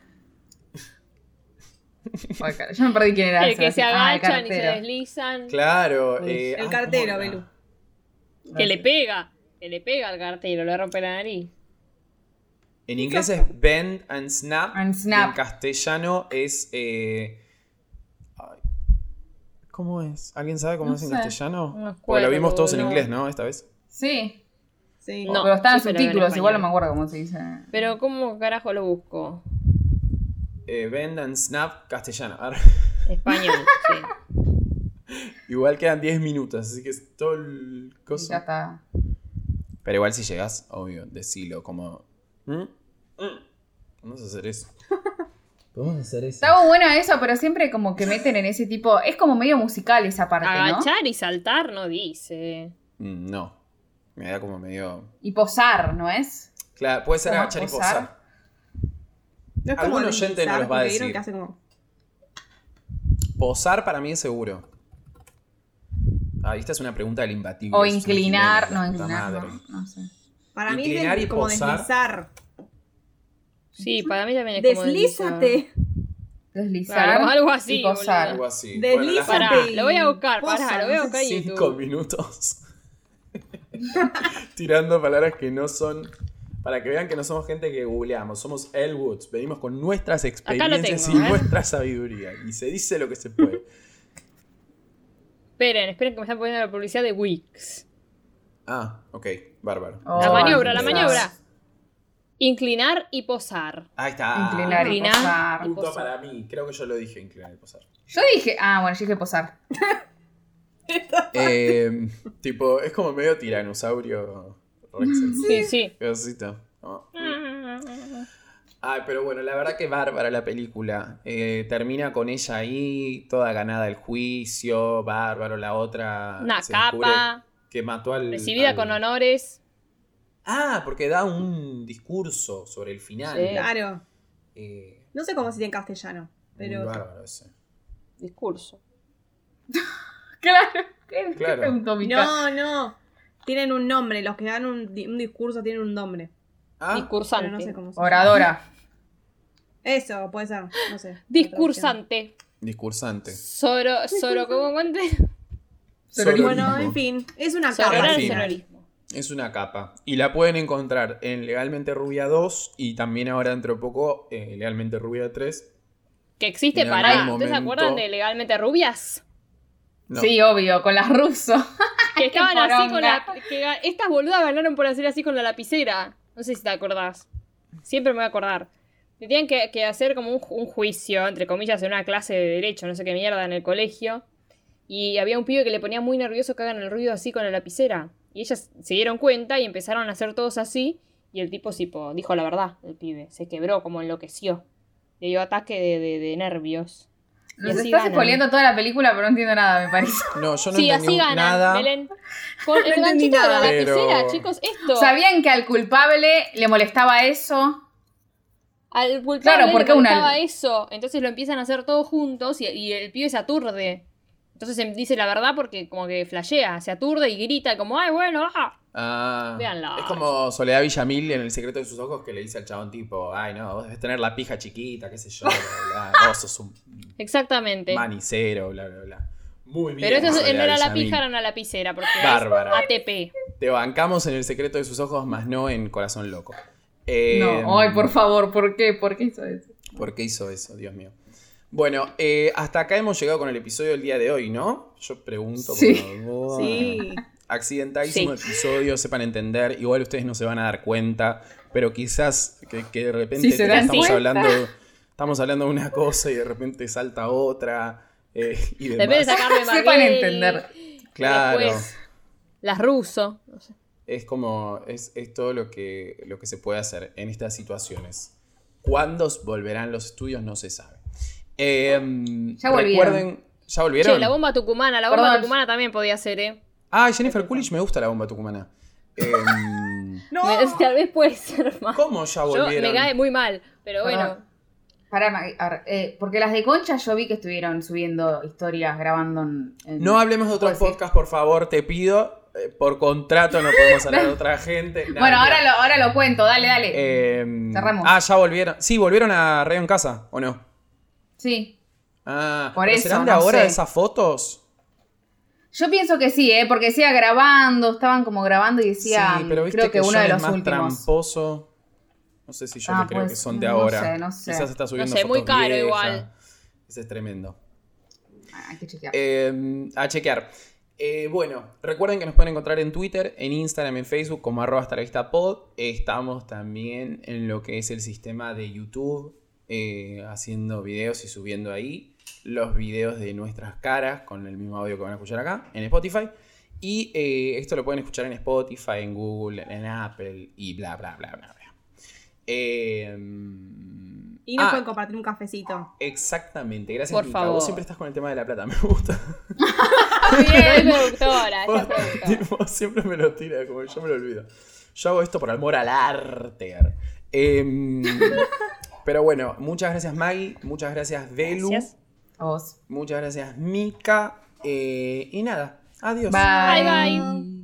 Speaker 2: Ay, cara, yo me perdí quién era.
Speaker 4: El que se
Speaker 2: Sebastián. Ah, el
Speaker 4: agachan y se
Speaker 2: cartero.
Speaker 4: deslizan.
Speaker 1: Claro.
Speaker 4: Uy,
Speaker 1: eh,
Speaker 3: el
Speaker 1: ah,
Speaker 3: cartero,
Speaker 1: ¿cómo era?
Speaker 3: Belu.
Speaker 4: Que le pega. Que le pega al cartero, le rompe la nariz.
Speaker 1: En inglés es bend and snap.
Speaker 2: And
Speaker 1: y en
Speaker 2: snap.
Speaker 1: castellano es. eh, ay, ¿Cómo es? ¿Alguien sabe cómo
Speaker 2: No
Speaker 1: es en
Speaker 2: sé.
Speaker 1: castellano?
Speaker 4: No
Speaker 1: Porque lo
Speaker 4: acuerdo,
Speaker 1: vimos todos en
Speaker 4: no.
Speaker 1: inglés, ¿no? Esta vez.
Speaker 2: Sí.
Speaker 3: Sí.
Speaker 4: No,
Speaker 2: pero está en
Speaker 4: sí, pero en
Speaker 2: subtítulos, igual no
Speaker 4: español.
Speaker 2: me acuerdo cómo se dice.
Speaker 4: Pero ¿cómo carajo lo busco?
Speaker 1: Eh, bend and snap, castellano. Ar-
Speaker 4: Español, sí.
Speaker 1: Igual quedan 10 minutos, así que es todo el
Speaker 2: Y ya
Speaker 1: coso.
Speaker 2: está.
Speaker 1: Pero igual si llegas, obvio, decilo como. ¿Mm? ¿Mm? Vamos a hacer eso. Vamos a hacer eso.
Speaker 2: Está muy buena eso, pero siempre como que meten en ese tipo. Es como medio musical esa parte, ¿no?
Speaker 4: Agachar y saltar no dice.
Speaker 1: Mm, No. Me da como medio.
Speaker 2: Y posar, ¿no es?
Speaker 1: Claro, puede ser
Speaker 2: ¿Cómo
Speaker 1: agachar y
Speaker 2: posar?
Speaker 1: posar.
Speaker 3: No es como
Speaker 1: Algún oyente
Speaker 3: deslizar,
Speaker 1: nos los va a
Speaker 3: porque vieron
Speaker 1: decir.
Speaker 3: que hace como-
Speaker 1: Posar para mí es seguro. Ah, esta es una pregunta del imbatible.
Speaker 2: O
Speaker 1: es una
Speaker 2: inclinar,
Speaker 1: genial,
Speaker 2: no
Speaker 1: la puta
Speaker 2: inclinar,
Speaker 1: madre.
Speaker 2: no, no sé.
Speaker 3: Para mí es
Speaker 1: Inclinar y
Speaker 3: del- como
Speaker 1: posar.
Speaker 3: deslizar.
Speaker 4: Sí, para mí también es como deslizar.
Speaker 3: Deslízate.
Speaker 2: Deslizar.
Speaker 4: Claro, algo así.
Speaker 2: y posar.
Speaker 4: boludo.
Speaker 1: Algo así.
Speaker 3: Deslízate.
Speaker 1: Bueno,
Speaker 4: Pará, lo voy a buscar,
Speaker 3: Posa,
Speaker 4: pará, lo voy a buscar
Speaker 1: las
Speaker 4: en
Speaker 1: cinco
Speaker 4: YouTube.
Speaker 1: minutos. Tirando palabras que no son. Para que vean que no somos gente que googleamos, somos Elwoods. Venimos con nuestras experiencias
Speaker 4: tengo,
Speaker 1: y
Speaker 4: ¿eh?
Speaker 1: nuestra sabiduría. Y se dice lo que se puede.
Speaker 4: Esperen, esperen que me están poniendo la publicidad de Wix.
Speaker 1: Ah, ok, bárbaro.
Speaker 2: Oh,
Speaker 4: La maniobra, la
Speaker 2: quizás.
Speaker 4: maniobra. Inclinar y posar.
Speaker 1: Ahí está.
Speaker 2: Inclinar y
Speaker 4: Inclinar.
Speaker 2: posar.
Speaker 1: Punto
Speaker 4: posar.
Speaker 1: para mí. Creo que yo lo dije, inclinar y posar.
Speaker 2: Yo dije. Ah, bueno, yo dije posar.
Speaker 1: Eh, tipo, es como medio tiranosaurio Rex.
Speaker 4: Sí, sí.
Speaker 1: Cosito. Oh. Ay, pero bueno, la verdad que bárbara la película. Eh, termina con ella ahí, toda ganada el juicio, bárbaro, la otra
Speaker 4: Una
Speaker 1: se descubre
Speaker 4: capa,
Speaker 1: que mató al...
Speaker 4: recibida
Speaker 1: al-
Speaker 4: con honores.
Speaker 1: Ah, porque da un discurso sobre el final.
Speaker 4: Sí.
Speaker 3: Claro.
Speaker 1: Eh,
Speaker 3: No sé cómo sería en castellano.
Speaker 1: muy
Speaker 3: Pero
Speaker 1: bárbaro ese.
Speaker 4: Discurso.
Speaker 2: Claro. ¿Qué, qué
Speaker 1: Claro.
Speaker 2: preguntó mi cara?
Speaker 3: No, no. Tienen un nombre. Los que dan un, di- un discurso tienen un nombre.
Speaker 1: Ah,
Speaker 4: Discursante.
Speaker 3: Pero no sé cómo se
Speaker 2: Oradora.
Speaker 3: Eso, puede ser. No sé.
Speaker 4: Discursante.
Speaker 1: discursante.
Speaker 4: Soro, soro, ¿cómo cuente?
Speaker 2: Sororismo.
Speaker 3: Bueno, en fin. Es una
Speaker 4: Sororar
Speaker 3: capa.
Speaker 1: sí.
Speaker 4: el sororismo.
Speaker 1: Es una capa. Y la pueden encontrar en Legalmente Rubia 2 y también ahora dentro de poco eh, Legalmente Rubia 3.
Speaker 4: Que existe
Speaker 1: En
Speaker 4: para.
Speaker 1: algún
Speaker 4: ¿Ustedes se
Speaker 1: momento-
Speaker 4: acuerdan de legalmente rubias?
Speaker 1: No.
Speaker 2: Sí, obvio, con las rusos.
Speaker 4: Que estaban así con la.
Speaker 2: poronga.
Speaker 4: que ga- estas boludas ganaron por hacer así con la lapicera. No sé si te acordás. Siempre me voy a acordar. Que Tenían que, que hacer como un, ju- un juicio, entre comillas, en una clase de derecho, no sé qué mierda, en el colegio. Y había un pibe que le ponía muy nervioso que hagan el ruido así con la lapicera. Y ellas se dieron cuenta y empezaron a hacer todos así. Y el tipo tipo, dijo la verdad, el pibe. Se quebró, como enloqueció. Le dio ataque de, de- de nervios. Y
Speaker 2: Nos
Speaker 4: así
Speaker 2: estás
Speaker 4: ganan.
Speaker 2: espoleando toda la película, pero no entiendo nada, me parece.
Speaker 1: No, yo no
Speaker 4: sí,
Speaker 1: entendí
Speaker 4: así ganan,
Speaker 1: nada.
Speaker 4: Belén. Con el
Speaker 3: No entendí
Speaker 4: ganchito de la
Speaker 1: nada. Pero-
Speaker 4: lapicera, chicos, esto.
Speaker 2: Sabían que al culpable le molestaba eso.
Speaker 4: Al vulcán
Speaker 2: Claro,
Speaker 4: le
Speaker 2: porque una-
Speaker 4: molestaba eso. Entonces lo empiezan a hacer todos juntos y, y el pibe se aturde. Entonces em- dice la verdad porque como que flashea, se aturde y grita como, ay, bueno, ah.
Speaker 1: Ah,
Speaker 4: Véanla.
Speaker 1: es como Soledad Villamil en El secreto de sus ojos que le dice al chabón tipo, ay no, vos debes tener la pija chiquita, qué sé yo, bla, bla, bla. vos sos un
Speaker 4: Exactamente.
Speaker 1: manicero, bla, bla, bla. Muy bien.
Speaker 4: Pero esto es- no
Speaker 1: Soledad
Speaker 4: era la
Speaker 1: Villamil.
Speaker 4: pija, era una lapicera, porque
Speaker 1: Bárbara.
Speaker 4: es ATP.
Speaker 1: Te bancamos en El secreto de sus ojos, más no en Corazón Loco. Eh,
Speaker 2: no, ay, por favor, ¿por qué? ¿Por qué hizo eso?
Speaker 1: ¿Por qué hizo eso? Dios mío. Bueno, eh, hasta acá hemos llegado con el episodio del día de hoy, ¿no? Yo pregunto
Speaker 2: Sí.
Speaker 1: por favor.
Speaker 3: Sí.
Speaker 1: Accidentalísimo episodio, sepan entender. Igual ustedes no se van a dar cuenta, pero quizás que, que de repente
Speaker 2: Sí, se dan
Speaker 1: estamos
Speaker 4: cuenta.
Speaker 1: hablando, estamos hablando de una cosa y de repente salta otra. eh, y
Speaker 4: En
Speaker 1: demás.
Speaker 4: vez de sacarme
Speaker 2: Sepan
Speaker 4: Marguerite,
Speaker 2: entender.
Speaker 1: Claro.
Speaker 4: después las ruso. No sé.
Speaker 1: Es como, es, es todo lo que, lo que se puede hacer en estas situaciones. ¿Cuándo volverán los estudios? No se sabe. Eh,
Speaker 2: Ya volvieron.
Speaker 1: recuerden- ¿Ya volvieron?
Speaker 4: Che, la bomba tucumana, la bomba
Speaker 2: Perdón.
Speaker 4: tucumana también podía ser, ¿eh?
Speaker 1: Ah, Jennifer Coolidge me gusta la bomba tucumana. Em,
Speaker 3: No.
Speaker 4: Me- Tal vez puede ser más.
Speaker 1: ¿Cómo ya
Speaker 4: Yo
Speaker 1: volvieron?
Speaker 4: me cae muy mal, pero
Speaker 2: Perdón.
Speaker 4: bueno.
Speaker 2: Pará, Ma- ar- eh, porque las de Concha yo vi que estuvieron subiendo historias, grabando en... en-
Speaker 1: No hablemos de otros
Speaker 2: Pues sí.
Speaker 1: podcasts, por favor, te pido. Eh, por contrato no podemos hablar de otra gente. Nada,
Speaker 2: Bueno, ahora
Speaker 1: mira.
Speaker 2: lo, ahora lo cuento, dale, dale.
Speaker 1: Em,
Speaker 2: cerramos.
Speaker 1: Ah, ya volvieron. Sí, volvieron a Radio en Casa, ¿o no?
Speaker 2: Sí.
Speaker 1: Ah,
Speaker 2: Por
Speaker 1: ¿pero
Speaker 2: eso,
Speaker 1: ¿serán de
Speaker 2: no
Speaker 1: ahora
Speaker 2: sé.
Speaker 1: esas fotos?
Speaker 2: Yo pienso que sí, ¿eh? porque decía grabando, estaban como grabando y decía, mm, creo que, uno
Speaker 1: John
Speaker 2: de
Speaker 1: es
Speaker 2: los
Speaker 1: más
Speaker 2: últimos.
Speaker 1: tramposo. No sé si yo
Speaker 2: Ah,
Speaker 1: le creo
Speaker 2: pues,
Speaker 1: que son de
Speaker 2: no
Speaker 1: ahora.
Speaker 2: sé, no sé.
Speaker 1: Quizás está subiendo
Speaker 4: sé,
Speaker 1: fotos
Speaker 4: muy caro
Speaker 1: viejas.
Speaker 4: igual.
Speaker 1: Ese es tremendo.
Speaker 2: Ah, hay que chequear.
Speaker 1: Eh, a chequear. Eh, bueno, recuerden que nos pueden encontrar en Twitter, en Instagram, en Facebook como arroba hasta la vista pod. Estamos también en lo que es el sistema de YouTube, eh, haciendo videos y subiendo ahí los videos de nuestras caras con el mismo audio que van a escuchar acá en Spotify. Y eh, esto lo pueden escuchar en Spotify, en Google, en Apple y bla, bla, bla, bla, bla. Eh,
Speaker 3: Y nos
Speaker 1: ah,
Speaker 3: pueden compartir un cafecito.
Speaker 1: Exactamente, gracias.
Speaker 4: Por
Speaker 1: Mica.
Speaker 4: favor.
Speaker 1: Vos siempre estás con el tema de la plata, me gusta.
Speaker 4: Soy productora,
Speaker 1: Vos-
Speaker 4: ella es productora.
Speaker 1: tipo, siempre me lo tira, como yo me lo olvido. Yo hago esto por amor al arte. Em, pero bueno, muchas gracias Maggie, muchas gracias Delu,
Speaker 4: Gracias.
Speaker 2: A vos.
Speaker 1: muchas gracias Mika. eh, y nada, adiós.
Speaker 4: Bye, bye.
Speaker 2: bye.